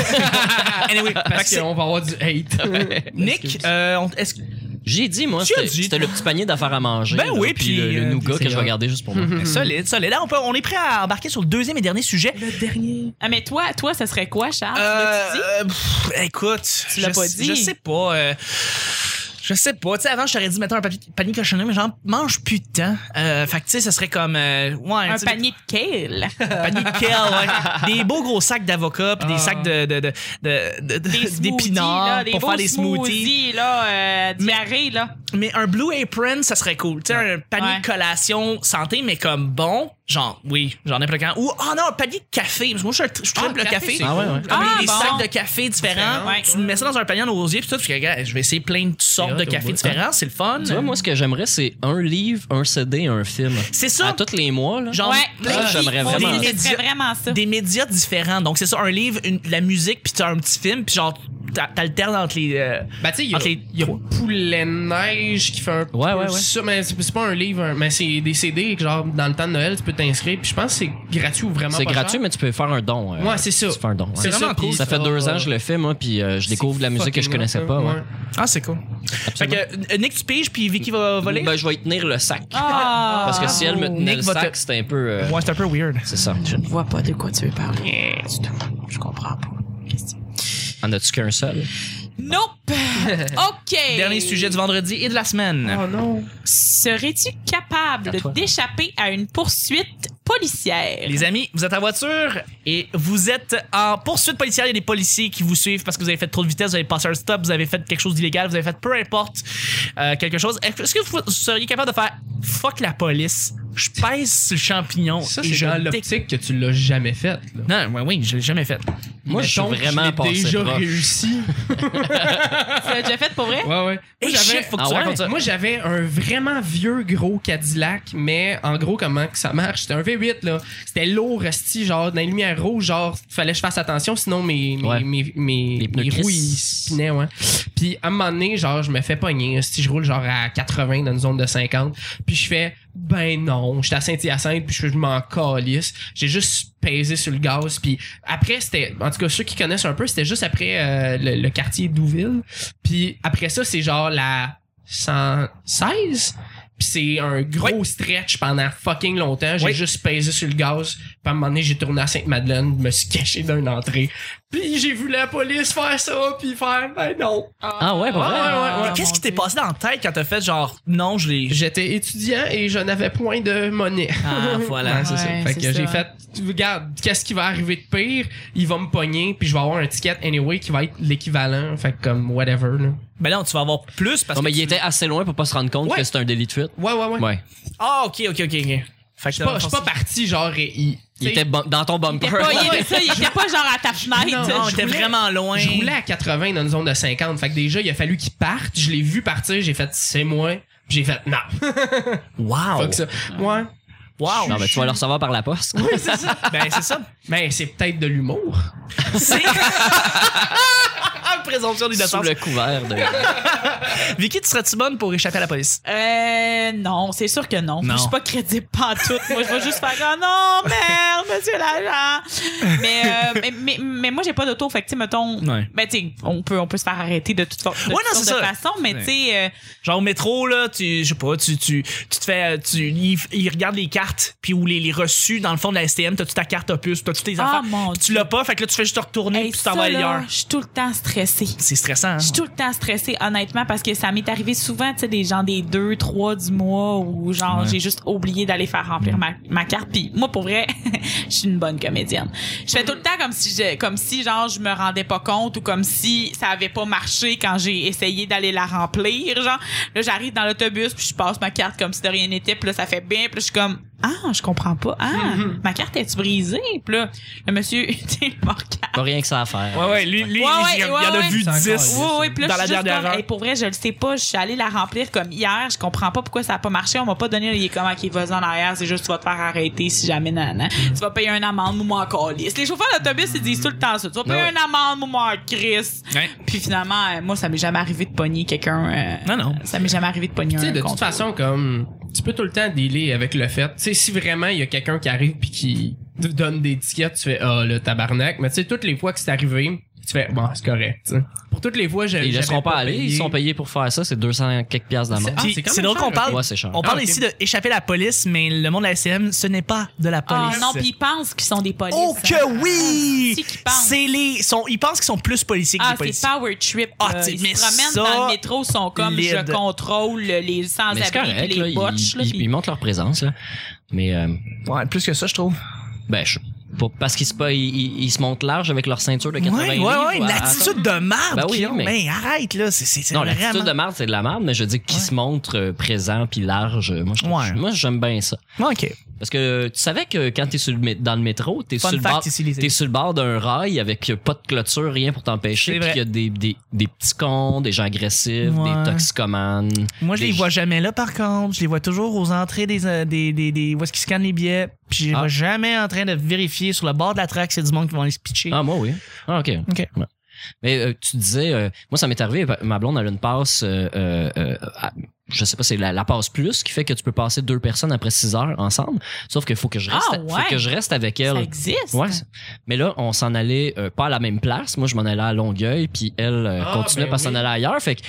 Speaker 1: Anyway, fait que
Speaker 4: Parce
Speaker 1: c'est-
Speaker 4: qu'on va avoir du hate.
Speaker 1: Nick, euh, on- est-ce que
Speaker 3: J'ai dit, moi,
Speaker 1: Tu as
Speaker 3: c'était
Speaker 1: dit.
Speaker 3: c'était le petit panier d'affaires à manger.
Speaker 1: Ben
Speaker 3: là,
Speaker 1: oui, puis,
Speaker 3: le, le
Speaker 1: euh,
Speaker 3: nougat
Speaker 1: c'est
Speaker 3: que je
Speaker 1: hot.
Speaker 3: vais garder juste pour moi.
Speaker 1: Ben, solide, solide. Là, on, peut, on est prêt à embarquer sur le deuxième et dernier sujet.
Speaker 4: Le dernier.
Speaker 5: Ah, mais toi, toi, ça serait quoi, Charles? L'as-tu dit?
Speaker 1: Euh, pff, écoute,
Speaker 5: Tu l'as
Speaker 1: je
Speaker 5: pas
Speaker 1: sais-
Speaker 5: dit.
Speaker 1: Je sais pas. euh, je- Je sais pas. Tu sais, avant, je t'aurais dit, mettons un papi- panier cochonnerie, mais j'en mange plus de temps. Euh, fait que, tu sais, ça serait comme. euh, ouais,
Speaker 5: Un
Speaker 1: tu sais,
Speaker 5: panier de kale.
Speaker 1: Un panier de kale, ouais. Des beaux gros sacs d'avocats, puis des
Speaker 4: Ah.
Speaker 1: sacs de, de, de, de, de-
Speaker 5: Des smoothies,
Speaker 1: d'épinards
Speaker 5: là, des
Speaker 1: pour
Speaker 5: beaux
Speaker 1: faire des smoothies.
Speaker 5: là, euh, diarrhée, là.
Speaker 1: Mais un Blue Apron, ça serait cool. Tu sais, un panier
Speaker 5: Ouais.
Speaker 1: de collation santé, mais comme bon. Genre, oui, j'en ai plein quand. Ou, oh non, un panier de café. Parce que moi, je, suis un- je
Speaker 4: Ah,
Speaker 1: tripe le café.
Speaker 4: c'est
Speaker 3: Ah ouais,
Speaker 4: cool.
Speaker 3: ouais.
Speaker 1: Comme
Speaker 5: Ah,
Speaker 1: les
Speaker 5: bon.
Speaker 1: sacs de café différents.
Speaker 5: Différents,
Speaker 1: Tu
Speaker 5: ouais.
Speaker 1: mets ça dans un panier en osier, puis tout. Puis, regarde, je vais essayer plein de sortes de
Speaker 4: hot au
Speaker 1: cafés
Speaker 4: bout.
Speaker 1: différents. C'est le fun.
Speaker 3: Tu vois, moi, ce que j'aimerais, c'est un livre, un CD, un film.
Speaker 1: C'est ça.
Speaker 3: À tous les mois, là.
Speaker 1: Genre,
Speaker 5: ouais,
Speaker 1: plein
Speaker 3: Ah,
Speaker 1: de-
Speaker 3: j'aimerais
Speaker 1: des
Speaker 3: vraiment.
Speaker 5: C'est
Speaker 1: médias-
Speaker 5: vraiment ça.
Speaker 1: des médias différents. Donc, c'est ça, un livre, une- la musique, puis t'as un petit film, puis genre, t'a- t'alternes entre les. euh,
Speaker 4: Bah, tu sais, il y a,
Speaker 1: entre les-
Speaker 4: il y a Poulet Neige qui fait un peu
Speaker 3: Ouais, ouais, ouais.
Speaker 4: ça, mais c'est c'est pas un livre, hein, mais c'est des CD que, genre, dans le temps de Noël, tu peux t'inscrire, puis je pense que c'est gratuit ou vraiment
Speaker 3: C'est
Speaker 4: pas
Speaker 3: gratuit,
Speaker 4: cher.
Speaker 3: mais tu peux faire un don. euh,
Speaker 4: Ouais, c'est ça.
Speaker 3: Tu fais un don. ouais.
Speaker 4: C'est
Speaker 1: vraiment
Speaker 4: ça, puis
Speaker 1: cool.
Speaker 3: Ça fait deux ans que je le fais, moi, puis euh, je découvre de la musique que je
Speaker 4: fucking
Speaker 3: connaissais
Speaker 4: hot, hein,
Speaker 3: pas. ouais.
Speaker 4: ouais.
Speaker 1: Ah, c'est cool. Fait
Speaker 3: Absolument.
Speaker 1: que euh, Nick, tu piges, puis Vicky va voler.
Speaker 3: Ben, je vais y tenir le sac.
Speaker 5: Ah.
Speaker 3: Parce que si elle me
Speaker 1: Nick
Speaker 3: tenait le
Speaker 1: va te-
Speaker 3: sac, c'était un peu. euh,
Speaker 1: ouais, c'est un peu weird.
Speaker 3: C'est ça.
Speaker 5: Je vois pas de quoi tu veux parler. du tout. Je comprends pas. Question.
Speaker 3: En as-tu qu'un seul?
Speaker 5: Nope! OK!
Speaker 1: Dernier sujet du vendredi et de la semaine.
Speaker 4: Oh non.
Speaker 5: Serais-tu capable
Speaker 3: toi.
Speaker 5: d'échapper à une poursuite policière?
Speaker 1: Les amis, vous êtes en voiture et vous êtes en poursuite policière. Il y a des policiers qui vous suivent parce que vous avez fait trop de vitesse, vous avez passé un stop, vous avez fait quelque chose d'illégal, vous avez fait peu importe euh, quelque chose. Est-ce que vous seriez capable de faire fuck la police, je pèse sur le champignon
Speaker 4: Ça,
Speaker 1: et
Speaker 4: c'est
Speaker 1: je
Speaker 4: dans
Speaker 1: déc-
Speaker 4: l'optique que tu l'as jamais faite. là.
Speaker 1: Non, ouais, oui, je l'ai jamais fait.
Speaker 3: Moi, je suis
Speaker 4: Mettons que
Speaker 3: vraiment
Speaker 4: l'ai
Speaker 3: passé
Speaker 4: déjà
Speaker 3: proche.
Speaker 4: réussi. Ah
Speaker 5: Tu l'as déjà fait pour vrai?
Speaker 4: Ouais, ouais.
Speaker 1: Et
Speaker 4: Moi, j'avais-
Speaker 1: chef, faut que
Speaker 3: Ah
Speaker 1: tu
Speaker 3: ouais?
Speaker 1: racontes ça.
Speaker 4: Moi, j'avais un vraiment vieux gros Cadillac, mais en gros, comment que ça marche? C'était un V8, là. C'était lourd, resti, genre, dans les lumières rouges, genre, fallait que je fasse attention, sinon mes, mes,
Speaker 3: Ouais.
Speaker 4: mes, mes-
Speaker 3: Les pneus
Speaker 4: mes roues,
Speaker 3: crissent.
Speaker 4: ils spinaient, ouais. Puis, à un moment donné, genre, je me fais pogner. Si je roule, genre, à 80 dans une zone de 50, puis je fais, ben non, j'étais à Saint-Hyacinthe, puis je je m'en calisse. J'ai juste pesé sur le gaz, puis après, c'était, en tout cas, ceux qui connaissent un peu, c'était juste après euh, le, le quartier Douville. Puis après ça, c'est genre la 116. Puis c'est un gros stretch pendant fucking longtemps. J'ai
Speaker 1: Oui.
Speaker 4: juste pesé sur le gaz. Puis à un moment donné, j'ai tourné à Sainte-Madeleine, me suis caché dans une entrée. Puis j'ai vu la police faire ça, puis faire « Ben non!
Speaker 3: Ah ouais, pour vrai?
Speaker 5: Ah,
Speaker 1: Mais Qu'est-ce
Speaker 5: mon
Speaker 1: qui t'est
Speaker 5: Dieu.
Speaker 1: passé dans la tête quand t'as fait genre non, je l'ai. »
Speaker 4: J'étais étudiant et je n'avais point de monnaie.
Speaker 1: Ah, voilà.
Speaker 4: Ouais, c'est ça.
Speaker 5: Ouais,
Speaker 4: Fait
Speaker 5: c'est
Speaker 4: que j'ai
Speaker 5: ça.
Speaker 4: fait, regarde, qu'est-ce qui va arriver de pire? Il va me pogner, puis je vais avoir un ticket anyway qui va être l'équivalent. Fait que comme, whatever, là.
Speaker 1: Ben non, tu vas avoir plus parce
Speaker 3: Non,
Speaker 1: que.
Speaker 3: mais il
Speaker 1: tu-
Speaker 3: était assez loin pour pas se rendre compte
Speaker 4: Ouais.
Speaker 3: que c'était un délit de fuite.
Speaker 4: Ouais, ouais, ouais.
Speaker 3: Ouais.
Speaker 1: Ah, ok, ok, ok, ok. Fait que
Speaker 4: Je suis pas, je suis pas parti, genre, et il...
Speaker 3: Il était bu- dans ton
Speaker 5: Il
Speaker 3: bumper.
Speaker 5: était pas, il était ça, il était pas genre à ta fenêtre.
Speaker 1: Non,
Speaker 4: je
Speaker 1: j'étais
Speaker 4: roulais-
Speaker 1: vraiment loin.
Speaker 4: Je roulais à 80 dans une zone de 50. Fait que déjà, il a fallu qu'il parte. Je l'ai vu partir. J'ai fait, c'est moi. Puis J'ai fait, non.
Speaker 1: Wow.
Speaker 4: Fuck ça. Ouais.
Speaker 1: Wow.
Speaker 3: Non, mais tu vas le recevoir par la poste.
Speaker 4: Oui, c'est ça.
Speaker 1: Ben c'est ça.
Speaker 4: Mais c'est peut-être de l'humour.
Speaker 1: C'est. Présomption
Speaker 3: Sous
Speaker 1: d'innocence.
Speaker 3: le couvert de.
Speaker 1: Vicky, tu serais-tu bonne pour échapper à la police?
Speaker 5: Euh, non, c'est sûr que non.
Speaker 1: Non.
Speaker 5: Je suis pas crédible pantoute. Moi, je vais juste faire comme, non, merde, monsieur l'agent. Mais, euh, mais, mais, mais moi, j'ai pas d'auto. Fait que, tu sais, mettons,
Speaker 1: Ouais.
Speaker 5: ben, tu sais, on peut, on peut se faire arrêter de toute, for- de
Speaker 1: Ouais, non,
Speaker 5: toute
Speaker 1: c'est
Speaker 5: sorte de
Speaker 1: ça.
Speaker 5: façon, mais
Speaker 1: Ouais.
Speaker 5: tu sais, euh,
Speaker 1: Genre au métro, là, tu, je sais pas, tu, tu, tu te fais, tu, ils, ils regardent les cartes, puis ou les, les reçus dans le fond de la STM, t'as-tu ta carte opus, t'as-tu tes
Speaker 5: Ah,
Speaker 1: affaires,
Speaker 5: mon
Speaker 1: puis tu
Speaker 5: Dieu.
Speaker 1: l'as pas, fait que là, tu fais juste te retourner,
Speaker 5: hey,
Speaker 1: puis tu t'en vas
Speaker 5: ça, là,
Speaker 1: ailleurs.
Speaker 5: je suis tout le temps stressée.
Speaker 1: C'est stressant, hein?
Speaker 5: Je suis tout le temps stressée, honnêtement, parce que ça m'est arrivé souvent, tu sais, des gens des deux, trois du mois où, genre, j'ai juste oublié d'aller faire remplir ma, ma carte. Puis moi, pour vrai, je suis une bonne comédienne. Je fais tout le temps comme si, je, comme si, genre, je me rendais pas compte ou comme si ça avait pas marché quand j'ai essayé d'aller la remplir, genre. Là, j'arrive dans l'autobus, puis je passe ma carte comme si de rien n'était, puis là, ça fait bien, puis là, je suis comme... Ah, je comprends pas. Ah, ma carte est-tu brisée? Puis là, le monsieur, tu sais, il me regarde.
Speaker 3: Pas rien que ça à faire.
Speaker 1: Ouais, ouais, lui, lui
Speaker 5: Ouais,
Speaker 1: il- il, il
Speaker 5: ouais, ouais,
Speaker 1: en a
Speaker 5: ouais.
Speaker 1: vu
Speaker 4: C'est encore
Speaker 1: 10
Speaker 5: Oui, oui, puis là,
Speaker 1: dans
Speaker 5: je
Speaker 1: la
Speaker 5: suis juste
Speaker 1: dernière
Speaker 5: comme,
Speaker 1: heure.
Speaker 5: Hey, pour vrai, je le sais pas, je suis allée la remplir comme hier, je comprends pas pourquoi ça a pas marché, on m'a pas donné les comment qui va en arrière, c'est juste tu vas te faire arrêter si jamais nanana. Tu vas payer une amende ou moi encore. Les chauffeurs d'autobus ils disent tout le temps ça, tu vas payer
Speaker 3: ouais.
Speaker 5: une amende ou moi Chris.
Speaker 1: Ouais.
Speaker 5: Puis finalement, euh, moi ça m'est jamais arrivé de pogner quelqu'un. euh,
Speaker 1: Non, non.
Speaker 5: Ça m'est jamais arrivé de pogner
Speaker 4: Tu
Speaker 5: un
Speaker 4: sais, de toute
Speaker 5: contrôle.
Speaker 4: façon, comme, tu peux tout le temps dealer avec le fait. Tu sais, si vraiment il y a quelqu'un qui arrive puis qui te donne des tickets, tu fais, ah, le tabarnak. Mais tu sais, toutes les fois que c'est arrivé, Tu fais, bon, c'est correct. tu sais. Pour toutes les fois, j'avais.
Speaker 3: Ils laisseront
Speaker 4: j'avais
Speaker 3: pas aller,
Speaker 4: payé.
Speaker 3: ils sont payés pour faire ça, c'est 200 quelques piastres d'amende.
Speaker 4: Ah,
Speaker 1: Puis
Speaker 4: c'est quand
Speaker 1: c'est
Speaker 4: même
Speaker 1: drôle qu'on
Speaker 4: cher,
Speaker 1: parle.
Speaker 3: Ouais, c'est cher.
Speaker 1: On parle
Speaker 4: Ah, ok.
Speaker 1: ici de échapper à la police, mais le monde de la SCM, ce n'est pas de la
Speaker 5: Ah
Speaker 1: police.
Speaker 5: non, puis ils pensent qu'ils sont des polices.
Speaker 1: Oh
Speaker 5: hein.
Speaker 1: que oui!
Speaker 5: C'est qui pense.
Speaker 1: C'est les. Sont, ils pensent qu'ils sont plus policiers que
Speaker 5: Ah,
Speaker 1: des
Speaker 5: c'est
Speaker 1: policiers.
Speaker 5: power trip.
Speaker 1: Ah,
Speaker 5: là.
Speaker 1: t'sais,
Speaker 5: ils
Speaker 1: mais
Speaker 5: se promènent
Speaker 1: ça,
Speaker 5: dans le métro, ils sont comme
Speaker 1: lide.
Speaker 5: je contrôle les
Speaker 3: Mais c'est
Speaker 5: sans-abri,
Speaker 3: correct,
Speaker 5: puis
Speaker 3: là,
Speaker 5: les
Speaker 3: ils,
Speaker 5: botches. là,
Speaker 3: ils-
Speaker 5: puis-
Speaker 3: ils montrent leur présence. Là. Mais, euh,
Speaker 1: Ouais, plus que ça, je trouve.
Speaker 3: ben, je, pas- parce qu'ils se, pas- ils, ils- ils se montent large avec leur ceinture de
Speaker 1: Ouais,
Speaker 3: 80
Speaker 1: ouais,
Speaker 3: livres,
Speaker 1: ouais. Une
Speaker 3: à- à-
Speaker 1: attitude de merde.
Speaker 3: Ben oui,
Speaker 1: qu'ils ont.
Speaker 3: mais-
Speaker 1: Mais arrête, là. C'est, c'est, c'est
Speaker 3: Non,
Speaker 1: vraiment.
Speaker 3: l'attitude de marde, c'est de la marde, mais je dis qu'ils se montrent euh, présents puis large. Moi, je-
Speaker 1: Ouais.
Speaker 3: moi, j'aime bien ça.
Speaker 1: Ok.
Speaker 3: Parce que euh, tu savais que quand t'es sur le mé- dans le métro, t'es
Speaker 1: Fun
Speaker 3: sur le
Speaker 1: fact
Speaker 3: bord,
Speaker 1: ici, les
Speaker 3: t'es sur le bord d'un rail avec euh, pas de clôture, rien pour
Speaker 1: C'est
Speaker 3: t'empêcher, puis
Speaker 1: vrai.
Speaker 3: il y a des, des, des petits cons, des gens agressifs,
Speaker 1: Ouais.
Speaker 3: des toxicomanes.
Speaker 1: Moi, je
Speaker 3: des
Speaker 1: les
Speaker 3: gens-
Speaker 1: vois jamais là, par contre. Je les vois toujours aux entrées des. euh, des, des, des où est-ce qu'ils scannent les billets. Puis je les
Speaker 3: Ah.
Speaker 1: vois jamais en train de vérifier sur le bord de la traque c'est du monde qui vont aller se pitcher.
Speaker 3: Ah, moi, oui. Ah, OK.
Speaker 1: Ok.
Speaker 3: Ouais. Mais euh, tu disais, euh, moi, ça m'est arrivé, ma blonde, elle a une passe, euh, euh, euh, à- je sais pas, c'est la, la passe plus qui fait que tu peux passer deux personnes après six heures ensemble. Sauf qu'il faut que je reste,
Speaker 5: Ah, ouais.
Speaker 3: faut que je reste avec elle.
Speaker 5: Ça existe.
Speaker 3: Ouais. c'est- Mais là, on s'en allait euh, pas à la même place. Moi, je m'en allais à Longueuil, puis elle euh,
Speaker 4: Ah,
Speaker 3: continuait
Speaker 4: ben
Speaker 3: par s'en
Speaker 4: oui.
Speaker 3: aller ailleurs. Fait que,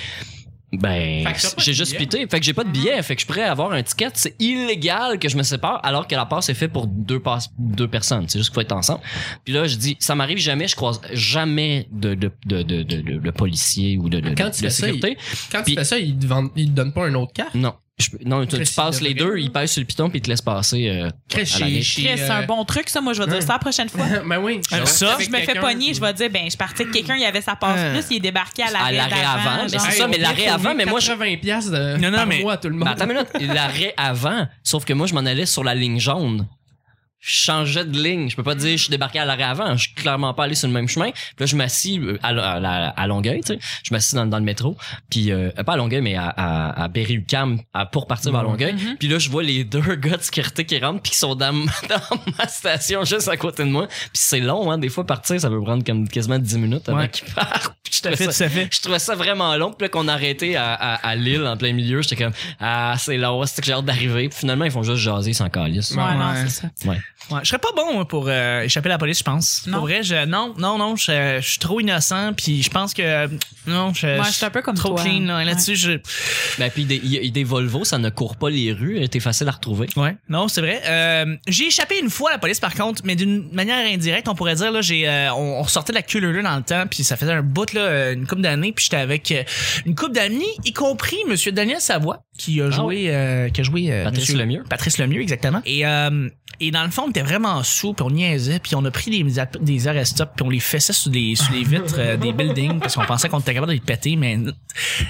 Speaker 3: ben,
Speaker 4: Fait que t'as pas de
Speaker 3: j'ai juste
Speaker 4: billet.
Speaker 3: pité. Fait que j'ai pas de billet. Fait que je pourrais avoir un ticket. C'est illégal que je me sépare alors que la passe est faite pour deux, passes, deux personnes. C'est juste qu'il faut être ensemble. Puis là, je dis, ça m'arrive jamais. Je croise jamais de, de, de, de, de, de- de policier ou de, de,
Speaker 4: Quand
Speaker 3: de-
Speaker 4: tu
Speaker 3: de
Speaker 4: fais ça,
Speaker 3: sécurité.
Speaker 4: Quand
Speaker 3: Puis-
Speaker 4: tu fais ça, ils te, vendent- ils te donnent pas un autre carte.
Speaker 3: Non. Je peux- non, tu, tu
Speaker 4: Chris,
Speaker 3: passes
Speaker 4: il
Speaker 3: les
Speaker 4: devrait.
Speaker 3: deux, ils pèsent sur le piton, puis ils te laissent passer. euh,
Speaker 4: Chris,
Speaker 3: à la
Speaker 4: chez-
Speaker 3: ligne.
Speaker 4: chez,
Speaker 5: Chris, C'est un
Speaker 4: euh,
Speaker 5: bon truc, ça. Moi, je vais dire ça la prochaine fois.
Speaker 4: ben oui.
Speaker 1: Ah,
Speaker 4: je-
Speaker 1: ça,
Speaker 4: avec
Speaker 5: je me fais
Speaker 4: quelqu'un.
Speaker 5: pogner, je vais dire, ben, je suis partie de quelqu'un, il avait sa passe
Speaker 1: Hein.
Speaker 5: plus, il est débarqué à l'arrêt.
Speaker 3: Ah. À l'arrêt
Speaker 5: d'avant,
Speaker 3: avant, mais
Speaker 5: genre.
Speaker 3: c'est
Speaker 4: Hey,
Speaker 3: ça,
Speaker 4: on
Speaker 3: mais l'arrêt
Speaker 4: vient de
Speaker 3: avant, mais moi, je-
Speaker 4: 80 piastres de
Speaker 1: Non, non,
Speaker 4: par
Speaker 1: mais-
Speaker 4: mois à tout le
Speaker 3: Ben,
Speaker 4: monde.
Speaker 3: attends une minute. L'arrêt avant, sauf que moi, je m'en allais sur la ligne jaune. Je changeais de ligne. Je peux pas dire je suis débarqué à l'arrêt avant. Je suis clairement pas allé sur le même chemin. Puis là, je m'assis euh, à, la- à la- à Longueuil, tu sais. Je m'assis dans, dans le métro. Puis, euh, pas à Longueuil, mais à, à, à Berry-UQAM à- pour partir vers Longueuil.
Speaker 5: Mhm.
Speaker 3: Puis là, je vois les deux gars de sécurité qui rentrent puis qui sont dans, ma- dans ma station juste à côté de moi. Puis c'est long, hein. Des fois, partir, ça peut prendre comme quasiment 10 minutes avant
Speaker 1: Ouais.
Speaker 3: qu'ils partent. Puis je
Speaker 1: Tout à fait,
Speaker 3: trouvais ça-
Speaker 1: tout à fait.
Speaker 3: je trouvais ça vraiment long. Puis là, qu'on a arrêté à, à, à Lille, en plein milieu, j'étais comme, ah, c'est long, c'est que j'ai hâte d'arriver. Puis finalement, ils font juste jaser sans calice.
Speaker 5: Ouais,
Speaker 1: Ouais.
Speaker 5: non, c'est ça.
Speaker 1: Ouais, je serais pas bon moi, pour euh, échapper à la police, je pense.
Speaker 5: Non.
Speaker 1: Pour vrai, je, non, non, non, je, je suis trop innocent, puis je pense que non, je,
Speaker 5: Moi,
Speaker 1: je
Speaker 5: je suis un peu comme
Speaker 1: trop
Speaker 5: toi. hein.
Speaker 1: clean là, là-dessus.
Speaker 3: Ben, puis des, il y a- il y a des Volvo, ça ne court pas les rues, était facile à retrouver.
Speaker 1: Je, ouais, non, c'est vrai. Euh, j'ai échappé une fois à la police, par contre, mais d'une manière indirecte, on pourrait dire là, j'ai, euh, on, on sortait de la culotte dans le temps, puis ça faisait un bout là, euh, une coupe d'années, puis j'étais avec euh, une coupe d'amis, y compris Monsieur Daniel Savoie, qui a joué, euh, qui a joué euh,
Speaker 3: Ah Patrice
Speaker 1: monsieur-
Speaker 3: Lemieux.
Speaker 1: Patrice Lemieux, exactement. Et, euh, et dans le fond, on était vraiment sous, puis on niaisait, puis on a pris des, app- des arrest-stop, puis on les fessait sous des, sous des vitres euh, des buildings, parce qu'on pensait qu'on était capable de les péter, mais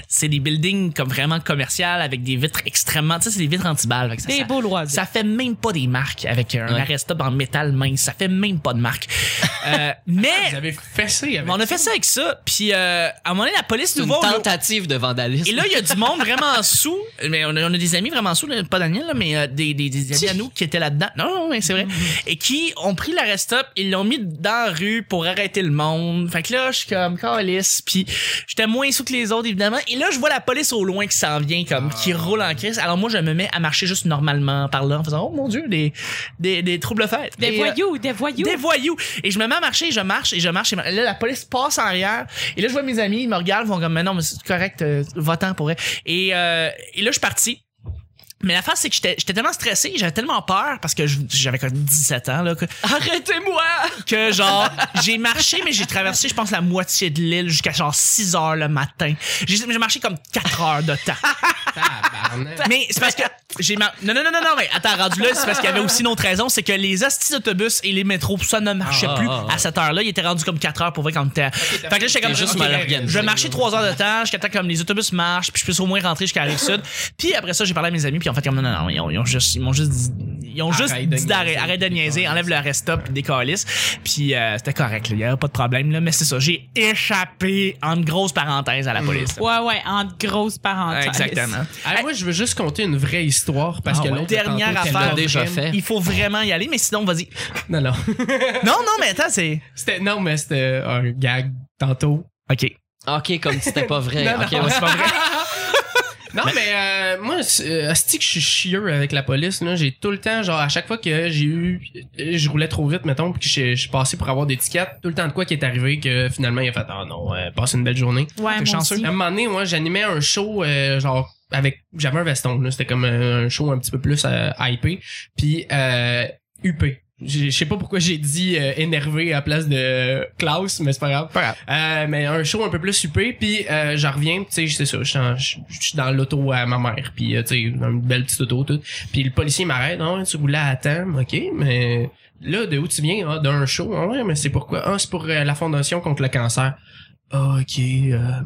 Speaker 1: c'est des buildings comme vraiment commerciales, avec des vitres extrêmement... Tu sais, c'est des vitres anti-balles. fait que ça-
Speaker 5: Des
Speaker 1: ça-
Speaker 5: beaux loisirs.
Speaker 1: ça fait même pas des marques avec euh, un
Speaker 3: Ouais.
Speaker 1: arrest-stop en métal mince. Ça fait même pas de marque. Euh,
Speaker 4: Vous
Speaker 1: mais
Speaker 4: avez fessé avec
Speaker 1: on a fait ça avec ça. Puis euh, à un moment donné, la police
Speaker 3: C'est
Speaker 1: nous
Speaker 3: une
Speaker 1: voit. on-
Speaker 3: tentative de vandalisme.
Speaker 1: et là, il y a du monde vraiment sous. Mais on a, on a des amis vraiment sous, là, pas Daniel, là, mais euh, des, des, des amis à nous qui étaient là-dedans. Non, non, mais c'est vrai. Et qui ont pris l'arrest-stop, ils l'ont mis dans la rue pour arrêter le monde. Fait que là, je suis comme, calice. Puis j'étais moins sous que les autres, évidemment. Et là, je vois la police au loin qui s'en vient, comme, qui roule en crise. Alors moi, je me mets à marcher juste normalement par là en faisant, oh mon Dieu, des, des, des troubles faits.
Speaker 5: Des
Speaker 1: Et, euh,
Speaker 5: voyous, des voyous.
Speaker 1: des voyous. Et je me mets à marcher, je marche et je marche. Et là, la police passe en arrière. Et là, je vois mes amis, ils me regardent, ils vont comme, mais non, mais c'est correct, euh, votant pour elle. Et, euh, et là, je suis parti. Mais la face, c'est que j'étais j'étais tellement stressé, j'avais tellement peur parce que je- j'avais comme 17 ans, là, que,
Speaker 3: Arrêtez-moi!
Speaker 1: que genre, j'ai marché, mais j'ai traversé, je pense, la moitié de l'île jusqu'à genre 6 heures le matin. J'ai j'ai marché comme 4 heures de temps.
Speaker 4: Tabarnak.
Speaker 1: Mais c'est parce que j'ai mar- non non non non non mais attends rendu là c'est parce qu'il y avait aussi une autre raison c'est que les hosties d'autobus et les métros tout ça ne marchait
Speaker 3: Ah,
Speaker 1: plus
Speaker 3: ah, ah.
Speaker 1: à cette heure-là il était rendu comme 4 heures pour vrai quand t'es fait que là j'étais comme
Speaker 3: T'es juste
Speaker 1: ok,
Speaker 3: mal organisé.
Speaker 1: je vais marcher 3 heures de temps jusqu'à temps que comme les autobus marchent puis je puisse au moins rentrer jusqu'à la rive sud puis après ça j'ai parlé à mes amis puis en fait comme non non non ils ont, ils ont juste ils m'ont juste dit- ils ont juste
Speaker 4: Arrête de
Speaker 1: dit d'arrêter
Speaker 4: niaiser.
Speaker 1: arrête de niaiser enlève le rest stop des calices puis euh, c'était correct là, il y avait pas de problème là mais c'est ça j'ai échappé en grosse parenthèse à la
Speaker 3: Mmh.
Speaker 1: police
Speaker 5: Ouais, ouais, en grosses parenthèses.
Speaker 1: exactement
Speaker 4: Ah, moi, je veux juste conter une vraie histoire parce
Speaker 1: Ah
Speaker 4: que
Speaker 1: ouais.
Speaker 4: l'autre
Speaker 1: Dernière
Speaker 4: tantôt,
Speaker 1: affaire.
Speaker 4: tellement
Speaker 3: Déjà
Speaker 4: vraie.
Speaker 3: fait.
Speaker 1: il faut vraiment y aller mais sinon vas-y
Speaker 4: Non, non.
Speaker 1: Non, non, mais attends, c'est.
Speaker 4: C'était, non, mais c'était un gag tantôt.
Speaker 1: OK.
Speaker 3: OK, comme si c'était pas vrai.
Speaker 4: Non, non,
Speaker 3: Ok, ouais.
Speaker 4: c'est pas vrai. Non, mais, euh, moi, c'est que je suis chieux avec la police. là. J'ai tout le temps, genre, à chaque fois que j'ai eu. Je roulais trop vite, mettons, puis que je je suis passé pour avoir des tickets, tout le temps de quoi qui est arrivé que finalement, il a fait Ah non, euh, passe une belle journée.
Speaker 5: Ouais, moi
Speaker 1: chanceux.
Speaker 5: aussi.
Speaker 4: À un moment donné, moi, j'animais un show, euh, genre, avec. J'avais un veston, là. C'était comme euh, un show un petit peu plus euh, hypé. Puis, euh, UP. J'ai- Je sais pas pourquoi j'ai dit euh, énervé à la place de euh, Klaus, mais c'est pas grave. Euh, mais un show un peu plus huppé, puis euh, j'en reviens, tu sais, c'est ça, je suis en- je je suis dans l'auto à ma mère, puis euh, tu sais, dans une belle petite auto, tout. Puis le policier m'arrête, non, tu roulais à temps, ok, mais là, de où tu viens, Ah, d'un show, Ah ouais, mais c'est pourquoi? Ah, c'est pour euh, la fondation contre le cancer. Ah, ok, euh...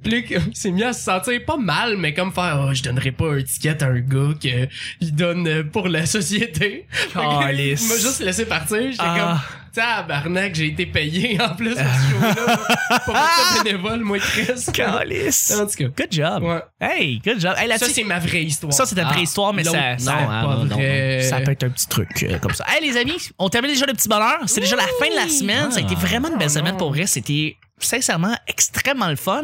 Speaker 4: Puis là, il s'est mis à se sentir pas mal, mais comme faire, oh, je donnerais pas un ticket à un gars que il donne euh, pour la société. Fait que Il
Speaker 1: Calice.
Speaker 4: m'a juste laissé partir, j'étais comme,
Speaker 1: Ah.
Speaker 4: Tabarnak, j'ai été payé en plus pour ce show-là. Pas pour ça bénévole, moi, Chris.
Speaker 1: Calice.
Speaker 4: En tout cas.
Speaker 1: Good job.
Speaker 4: Ouais.
Speaker 1: Hey, good job. Hey,
Speaker 4: Ça,
Speaker 1: là-dessus-
Speaker 4: c'est ma vraie histoire.
Speaker 1: ça, c'est ta vraie
Speaker 3: Ah,
Speaker 1: histoire, mais ça,
Speaker 3: l'autre,
Speaker 1: ça- euh,
Speaker 3: non.
Speaker 4: pas
Speaker 3: ah, non, non,
Speaker 4: vrai.
Speaker 1: ça peut être un petit truc euh, comme ça. Hey, les amis, on termine déjà le petit bonheur. C'est déjà la fin de la semaine. Ça a été vraiment
Speaker 4: Oh,
Speaker 1: une belle semaine pour vrai. C'était sincèrement extrêmement le fun.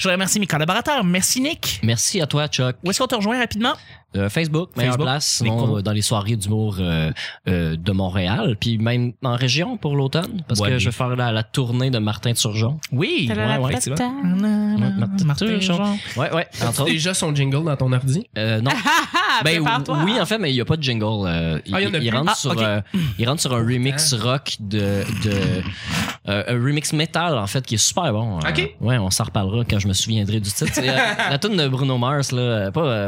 Speaker 1: Je remercie mes collaborateurs. Merci, Nick.
Speaker 3: Merci à toi, Chuck.
Speaker 1: Où est-ce qu'on te rejoint rapidement?
Speaker 3: Euh, Facebook, meilleure
Speaker 1: Facebook,
Speaker 3: place,
Speaker 1: les
Speaker 3: sinon
Speaker 1: combos.
Speaker 3: euh, dans les soirées d'humour euh, euh, de Montréal, puis même en région pour l'automne, parce
Speaker 1: Ouais,
Speaker 3: que je vais faire la, la tournée de Martin Turgeon.
Speaker 1: Oui.
Speaker 5: Ta-da-da-da-da.
Speaker 3: ouais, ouais, c'est Martin Turgeon. Ouais, ouais, entre autres.
Speaker 4: déjà son jingle dans ton ordi.
Speaker 3: Euh,
Speaker 5: Ah,
Speaker 3: non. Ben,
Speaker 5: Prépare-toi.
Speaker 3: oui, en fait, mais il n'y a pas de jingle. euh, il,
Speaker 4: Ah, il y en a
Speaker 3: il- il
Speaker 4: plus.
Speaker 3: rentre
Speaker 1: Ah,
Speaker 3: sur,
Speaker 1: ok.
Speaker 3: euh, il rentre sur un remix rock de. de euh, un remix metal, en fait, qui est super bon. Euh,
Speaker 4: Ok.
Speaker 3: ouais, on s'en reparlera quand je me souviendrai du titre. C'est, euh, la tune de Bruno Mars, là, euh, pas. euh,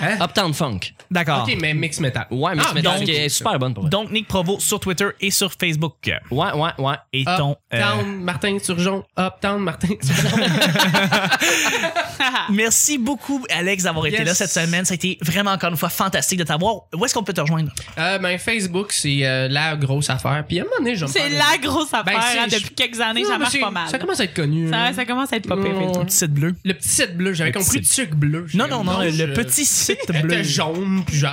Speaker 4: Hein?
Speaker 3: Uptown Funk.
Speaker 1: D'accord.
Speaker 4: Ok, mais mix metal.
Speaker 3: Ah. Ouais, mais
Speaker 4: Ah,
Speaker 3: c'est metal
Speaker 4: donc-
Speaker 3: qui est super bonne pour elle.
Speaker 1: Donc, Nick Provo sur Twitter et sur Facebook.
Speaker 3: Ouais, ouais, ouais.
Speaker 1: Et
Speaker 4: Uptown
Speaker 1: ton. euh,
Speaker 4: Martin Turgeon. Uptown Martin Turgeon.
Speaker 1: Merci beaucoup, Alex, d'avoir été
Speaker 4: Yes.
Speaker 1: là cette semaine. Ça a été vraiment, encore une fois, fantastique de t'avoir. Où est-ce qu'on peut te rejoindre?
Speaker 4: euh, ben, Facebook, c'est euh, la grosse affaire. Puis à un moment donné, je vais me
Speaker 5: C'est
Speaker 4: faire-
Speaker 5: la grosse affaire.
Speaker 4: Ben, c'est-
Speaker 5: hein, depuis quelques années,
Speaker 4: Non,
Speaker 5: ça
Speaker 4: mais
Speaker 5: marche
Speaker 4: c'est-
Speaker 5: pas mal.
Speaker 4: Ça commence à être connu.
Speaker 5: Ça,
Speaker 4: là.
Speaker 5: ça commence à être pas pire.
Speaker 4: Non.
Speaker 5: effectivement.
Speaker 1: Le petit site bleu.
Speaker 4: Le petit site bleu, j'avais
Speaker 1: Le
Speaker 4: compris
Speaker 1: petit-
Speaker 4: sucre bleu.
Speaker 1: Non, non, non,
Speaker 4: je-
Speaker 1: le petit site
Speaker 4: Elle
Speaker 1: bleu.
Speaker 4: était jaune, puis j'ai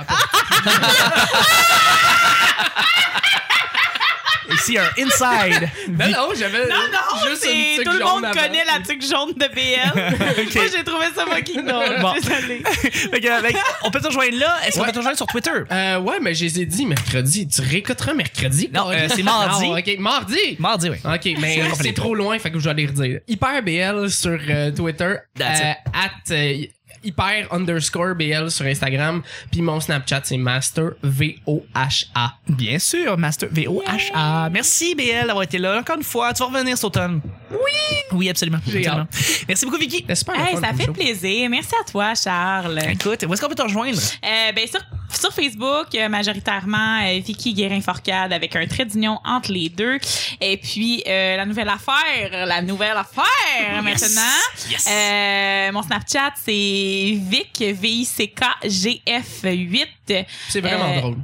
Speaker 1: Ici, un inside.
Speaker 4: Non, non, j'avais
Speaker 5: Non, non,
Speaker 4: juste
Speaker 5: c'est-
Speaker 4: une tuque
Speaker 5: tout le
Speaker 4: jaune
Speaker 5: monde
Speaker 4: avant.
Speaker 5: connaît la tuque jaune de BL. Moi, j'ai trouvé ça fucking drôle.
Speaker 1: Bon.
Speaker 5: Désolée.
Speaker 1: Fait que, Alex, on peut te rejoindre là. Est-ce qu'on
Speaker 4: Ouais.
Speaker 1: peut te rejoindre sur Twitter?
Speaker 4: Euh, ouais, mais je les ai dit mercredi. Tu réécouteras mercredi.
Speaker 1: Non,
Speaker 4: Carlis.
Speaker 1: euh, c'est mardi.
Speaker 4: Non, ok, mardi.
Speaker 1: Mardi, oui.
Speaker 4: Ok, mais
Speaker 1: C'est complet.
Speaker 4: c'est trop loin, fait que je vais aller redire. HyperBL sur euh, Twitter,
Speaker 1: That's
Speaker 4: euh, at euh, hyper underscore BL sur Instagram, puis mon Snapchat c'est master V O H A.
Speaker 1: Bien sûr, Master V-O-H-A. Ah. Merci, BL, d'avoir été là. Encore une fois, tu vas revenir cet automne. Oui! Oui, absolument.
Speaker 4: J'ai
Speaker 1: Absolument. Merci beaucoup, Vicky.
Speaker 4: C'est super le
Speaker 5: Hey,
Speaker 4: fun
Speaker 5: ça
Speaker 4: comme
Speaker 5: fait
Speaker 4: show.
Speaker 5: plaisir. Merci à toi, Charles.
Speaker 1: Écoute, où est-ce qu'on peut te rejoindre?
Speaker 5: Euh, ben sur, sur Facebook, euh, majoritairement euh, Vicky Guérin-Forcade avec un trait d'union entre les deux. Et puis, euh, la nouvelle affaire, la nouvelle affaire maintenant.
Speaker 1: Yes.
Speaker 5: Euh, mon Snapchat, c'est Vic, V-I-C-K-G-F-8.
Speaker 4: C'est vraiment
Speaker 5: Euh,
Speaker 4: drôle.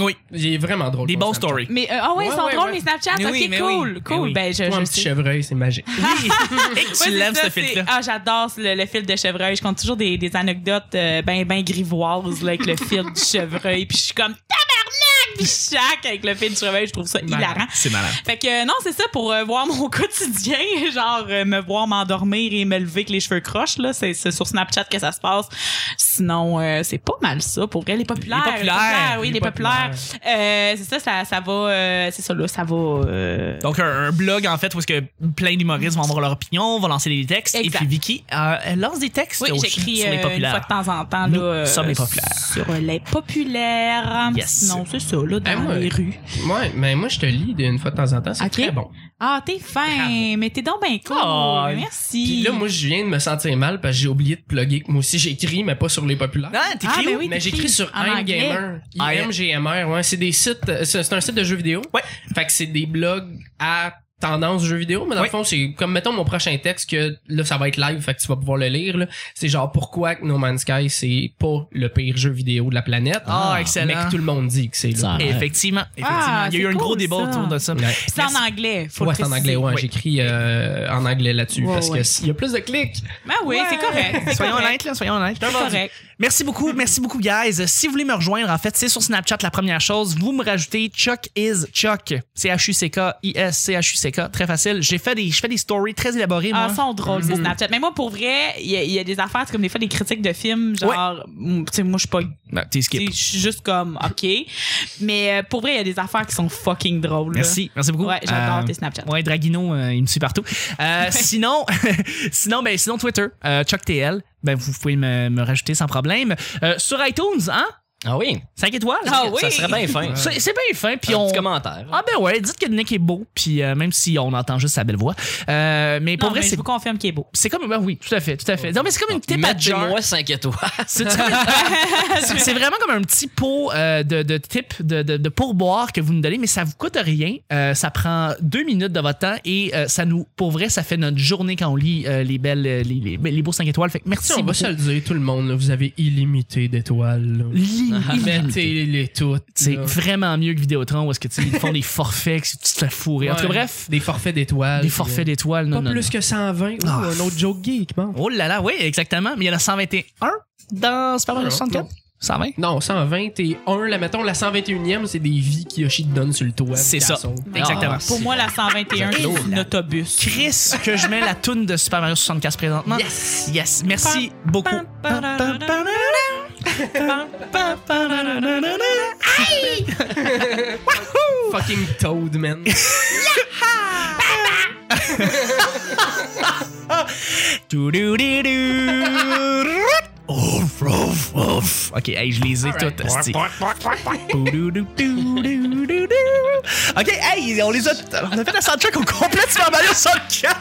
Speaker 1: Oui.
Speaker 4: Il est vraiment drôle.
Speaker 1: Des
Speaker 4: mon
Speaker 1: bons
Speaker 4: Snapchat.
Speaker 1: stories.
Speaker 5: Mais, euh, ah ouais,
Speaker 4: Ouais,
Speaker 5: ils sont
Speaker 4: ouais,
Speaker 5: drôles,
Speaker 4: ouais.
Speaker 5: mes Snapchats.
Speaker 1: Mais
Speaker 5: ok,
Speaker 1: oui, mais
Speaker 5: cool,
Speaker 1: oui, mais
Speaker 5: cool.
Speaker 1: oui.
Speaker 5: Ben, je,
Speaker 4: Toi,
Speaker 5: je
Speaker 4: un
Speaker 5: sais.
Speaker 4: petit chevreuil, c'est magique.
Speaker 1: Oui. Et que
Speaker 5: Ouais,
Speaker 1: tu
Speaker 5: c'est
Speaker 1: l'aimes,
Speaker 5: ça,
Speaker 1: ce
Speaker 5: c'est-
Speaker 1: fil-là.
Speaker 5: Ah, j'adore le, le fil de chevreuil. Je compte toujours des, des anecdotes euh, ben, ben grivoises là, avec le fil du chevreuil. Puis je suis comme tabarnak! Puis chaque avec le fil du chevreuil, je trouve ça
Speaker 4: Malade.
Speaker 5: hilarant.
Speaker 1: C'est malade.
Speaker 5: Fait que euh, non, c'est ça pour euh, voir mon quotidien, genre euh, me voir m'endormir et me lever avec les cheveux croches là, c'est c'est sur Snapchat que ça se passe. Sinon euh, c'est pas mal ça pour elle les populaires.
Speaker 1: Les populaires,
Speaker 5: oui,
Speaker 4: les
Speaker 5: les populaires. Euh, c'est ça, ça ça va euh, c'est ça là, ça va euh,
Speaker 1: Donc, un, un blog, en fait, où est-ce que plein d'humoristes vont avoir leur opinion, vont lancer des textes.
Speaker 5: Exact.
Speaker 1: Et puis, Vicky, euh, elle lance des textes
Speaker 5: Oui,
Speaker 1: aussi
Speaker 5: j'écris
Speaker 1: sur les
Speaker 5: euh, une fois
Speaker 1: populaires.
Speaker 5: de temps en temps
Speaker 1: Nous
Speaker 5: là, euh,
Speaker 1: sommes les populaires.
Speaker 5: Sur les populaires.
Speaker 1: Yes.
Speaker 5: Sinon c'est ça là dans
Speaker 4: Ah, moi,
Speaker 5: les rues.
Speaker 4: Ouais, mais moi je te lis d'une fois de temps en temps, c'est
Speaker 5: Ok.
Speaker 4: très bon.
Speaker 5: Ah, t'es fin,
Speaker 1: Bravo.
Speaker 5: mais t'es donc bien cool.
Speaker 1: Oh,
Speaker 5: Merci.
Speaker 4: Puis là, moi, je viens de me sentir mal parce que j'ai oublié de plugger que moi aussi j'écris, mais pas sur les populaires.
Speaker 1: Ah,
Speaker 5: Ah,
Speaker 1: t'écris
Speaker 5: ben
Speaker 1: où?
Speaker 5: oui.
Speaker 4: mais j'écris
Speaker 5: t'écris
Speaker 4: sur
Speaker 5: en anglais.
Speaker 4: IMGamer.
Speaker 1: I-
Speaker 4: IMGMR, ouais. C'est des sites, euh, c'est c'est un site de jeux vidéo.
Speaker 1: Ouais.
Speaker 4: Fait que c'est des blogs à tendance jeux vidéo, mais dans
Speaker 1: Ouais.
Speaker 4: le fond, c'est comme, mettons, mon prochain texte que là, ça va être live, fait que tu vas pouvoir le lire, là. C'est genre pourquoi que No Man's Sky, c'est pas le pire jeu vidéo de la planète.
Speaker 1: Ah,
Speaker 3: Ah,
Speaker 1: excellent.
Speaker 4: Mais que tout le monde dit que c'est là.
Speaker 3: Ça arrête.
Speaker 1: Effectivement, effectivement.
Speaker 5: Ah,
Speaker 1: Il y a eu
Speaker 5: c'est
Speaker 1: un gros
Speaker 5: cool,
Speaker 1: débat
Speaker 5: ça.
Speaker 1: autour de ça.
Speaker 4: Ouais.
Speaker 5: C'est en anglais. Faut
Speaker 4: Ouais,
Speaker 5: le
Speaker 4: c'est en anglais,
Speaker 5: préciser.
Speaker 4: ouais.
Speaker 1: Oui.
Speaker 4: J'écris euh, en anglais là-dessus
Speaker 5: Ouais,
Speaker 4: parce
Speaker 5: ouais.
Speaker 4: que s'il y a plus de clics.
Speaker 5: Ben oui, c'est correct. c'est
Speaker 1: Soyons
Speaker 5: correct.
Speaker 1: honnêtes, là, soyons honnêtes.
Speaker 5: C'est correct.
Speaker 1: Merci beaucoup, merci beaucoup, guys. Euh, Si vous voulez me rejoindre, en fait, c'est sur Snapchat la première chose. Vous me rajoutez Chuck is Chuck. C-H-U-C-K-I-S-C-H-U-C-K. Rebecca, très facile. J'ai fait des, je fais des stories très élaborées,
Speaker 5: Ah,
Speaker 1: moi.
Speaker 5: sont drôles,
Speaker 4: Mhm.
Speaker 5: c'est Snapchat. Mais moi, pour vrai, il y, a- il y a des affaires, c'est comme des fois des critiques de films, genre, mm, tu sais, moi, je suis pas.
Speaker 1: Ben, t'es
Speaker 5: tu sais,
Speaker 1: skip.
Speaker 5: Je suis juste comme, OK. Mais euh, pour vrai, il y a des affaires qui sont fucking drôles. là.
Speaker 1: Merci, merci beaucoup.
Speaker 5: Ouais, j'adore
Speaker 1: Euh,
Speaker 5: tes Snapchats.
Speaker 1: Ouais, Draguino, euh, il me suit partout. Euh, sinon, sinon, ben, sinon Twitter, euh, ChuckTL, ben, vous pouvez me, me rajouter sans problème. Euh, sur iTunes, hein?
Speaker 3: Ah oui.
Speaker 1: 5 étoiles? Euh,
Speaker 5: Ah oui!
Speaker 3: Ça serait bien fin.
Speaker 1: C'est c'est bien fin, puis
Speaker 3: Un
Speaker 1: on...
Speaker 3: petit commentaire.
Speaker 1: Ah ben ouais, dites que Nick est beau, puis euh, même si on entend juste sa belle voix. Euh, mais pour
Speaker 5: Non,
Speaker 1: vrai,
Speaker 5: mais je
Speaker 1: c'est...
Speaker 5: vous confirme qu'il est beau.
Speaker 1: C'est comme... ben oui, tout à fait, tout à fait. Non, mais c'est comme une tip à jar.
Speaker 3: Mettez-moi 5 étoiles.
Speaker 1: C'est c'est comme une- c'est- c'est vraiment comme un petit pot euh, de, de type de, de, de pourboire que vous nous donnez, mais ça vous coûte rien. Euh, ça prend deux minutes de votre temps et euh, ça nous, pour vrai, ça fait notre journée quand on lit euh, les belles, euh, les, les, les beaux 5 étoiles. Fait que merci.
Speaker 4: on va
Speaker 1: beaucoup.
Speaker 4: se le dire, tout le monde, là, vous avez illimité d'étoiles. là.
Speaker 1: Lim- illimité.
Speaker 4: Mettez-les toutes.
Speaker 1: C'est
Speaker 4: là.
Speaker 1: vraiment mieux que Vidéotron où est-ce que tu sais, ils font des forfaits, que tu te fais fourrer. En tout cas,
Speaker 4: Ouais.
Speaker 1: bref,
Speaker 4: Des forfaits d'étoiles.
Speaker 1: des forfaits d'étoiles, non,
Speaker 4: Pas
Speaker 1: non,
Speaker 4: plus
Speaker 1: non.
Speaker 4: que 120. Ouh,
Speaker 1: Ah.
Speaker 4: un autre joke geek, man.
Speaker 1: Oh là là, oui, exactement. Mais il y en a 121 dans Super Mario
Speaker 4: Ah,
Speaker 1: 64. 120?
Speaker 4: Non, 120 et 1, là, mettons, la 121e, c'est des vies qui te donne sur le toit.
Speaker 1: C'est
Speaker 4: puis
Speaker 1: ça.
Speaker 4: qu'elle saute.
Speaker 1: Exactement.
Speaker 5: Pour moi, la 121, c'est un autobus.
Speaker 1: Chris, que je mets la toune de Super Mario 64 présentement. Yes! Yes, merci beaucoup. Aïe!
Speaker 4: Fucking Toad, man.
Speaker 1: Toudoudoudou. Ouf, ouf, ouf. Ok, hey, je les ai toutes. asti. Poudoudoudoudoudoudou. Ok, hey, on les a. On a fait la soundtrack au complet de Super Mario 64.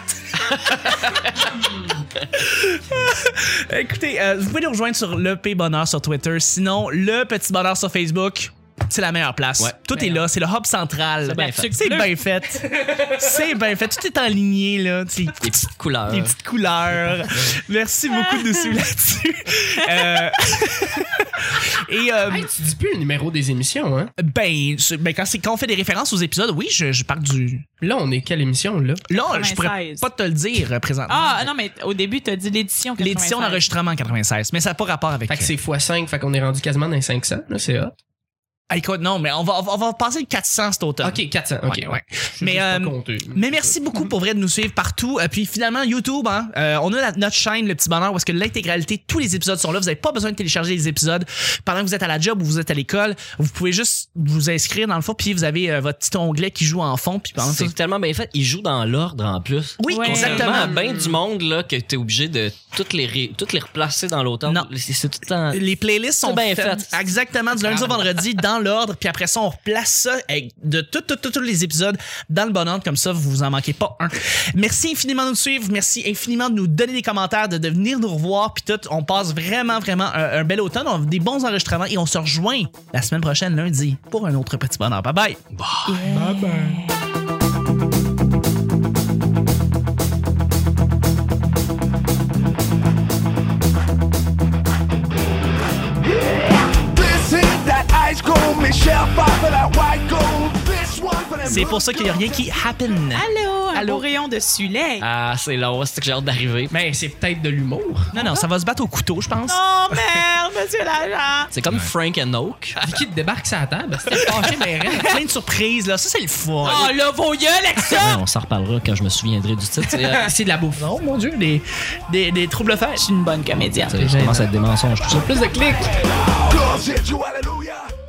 Speaker 1: Écoutez, euh, vous pouvez nous rejoindre sur le P Bonheur sur Twitter. Sinon, le Petit Bonheur sur Facebook. C'est la meilleure place.
Speaker 3: Ouais.
Speaker 1: Tout est là, c'est le hub central. Ben,
Speaker 5: C'est bien fait.
Speaker 1: C'est bien fait. C'est bien fait. Tout est en lignée, là. Tu sais,
Speaker 3: Des petites couleurs.
Speaker 1: les petites couleurs. Merci beaucoup de nous suivre là-dessus. Euh, Et euh,
Speaker 4: Hey, tu dis plus le numéro des émissions, hein?
Speaker 1: ben, c'est- ben, quand, c'est- quand on fait des références aux épisodes, oui, je, je parle du.
Speaker 4: Là, on est quelle émission, là?
Speaker 1: Là, je pourrais
Speaker 5: 96.
Speaker 1: pas te le dire euh, présentement.
Speaker 5: Ah, non, mais au début, t'as dit l'édition.
Speaker 1: L'édition
Speaker 5: 96.
Speaker 1: d'enregistrement en 96, mais ça n'a pas rapport avec.
Speaker 4: Fait que c'est x5, fait qu'on est rendu quasiment dans les 500, là, c'est hot.
Speaker 1: Ah, écoute, non, mais on va, on va- on va passer le 400 cet automne.
Speaker 4: Ok, 400, ok, ouais.
Speaker 1: Ah. Mais,
Speaker 4: Mais
Speaker 1: euh, Mais merci beaucoup pour vrai de nous suivre partout. Euh, puis finalement, YouTube, hein, euh, on a la- notre chaîne, le petit bonheur, où est-ce que l'intégralité, tous les épisodes sont là. Vous n'avez pas besoin de télécharger les épisodes pendant que vous êtes à la job ou vous êtes à l'école. Vous pouvez juste vous inscrire dans le fond, puis vous avez euh, votre petit onglet qui joue en fond. Puis pendant que-
Speaker 3: C'est tellement bien fait. Ils jouent dans l'ordre en plus.
Speaker 1: Oui,
Speaker 5: Ouais.
Speaker 3: Tellement
Speaker 1: exactement.
Speaker 3: à bien du monde là, que t'es obligé de toutes les, ré- toutes les replacer dans l'automne.
Speaker 1: Non.
Speaker 3: C'est c'est tout le temps.
Speaker 1: Les playlists sont
Speaker 3: C'est bien
Speaker 1: faites
Speaker 3: fait.
Speaker 1: exactement du lundi au vendredi dans l'ordre, puis après ça on replace ça avec de tous tout, tout, tous les épisodes dans le bon ordre comme ça vous vous en manquez pas un. Merci infiniment de nous suivre, merci infiniment de nous donner des commentaires, de, de venir nous revoir puis tout. On passe vraiment vraiment un, un bel automne, on a des bons enregistrements et on se rejoint la semaine prochaine lundi pour un autre petit bonheur. Bye bye.
Speaker 2: This is that ice cold Michelle Pfeiffer, that white gold. This one for them.
Speaker 1: C'est pour ça qu'il y a rien qui happen.
Speaker 5: Allô, un
Speaker 1: Allô.
Speaker 5: beau rayon de soleil.
Speaker 3: Ah, c'est long, c'est que j'ai hâte d'arriver.
Speaker 4: Mais Ben, c'est peut-être de l'humour.
Speaker 1: Non non, ça va se battre au couteau, je pense.
Speaker 5: Oh merde, monsieur l'agent!
Speaker 3: C'est comme Frank and Oak.
Speaker 4: Vicky te débarque sa table, c'était fâché, mais rien.
Speaker 1: Plein de surprises là, ça c'est le fun.
Speaker 5: Oh là, vos yeux, Alexa!
Speaker 3: Ouais, on s'en reparlera quand je me souviendrai du titre. C'est, euh,
Speaker 4: C'est de la bouffe.
Speaker 1: Oh mon dieu, des des, des troubles faits.
Speaker 5: Je suis une bonne comédienne.
Speaker 3: c'est- je commence à être des mensonges, tout ça.
Speaker 4: Plus de clics.
Speaker 2: Girls hit you, hallelujah.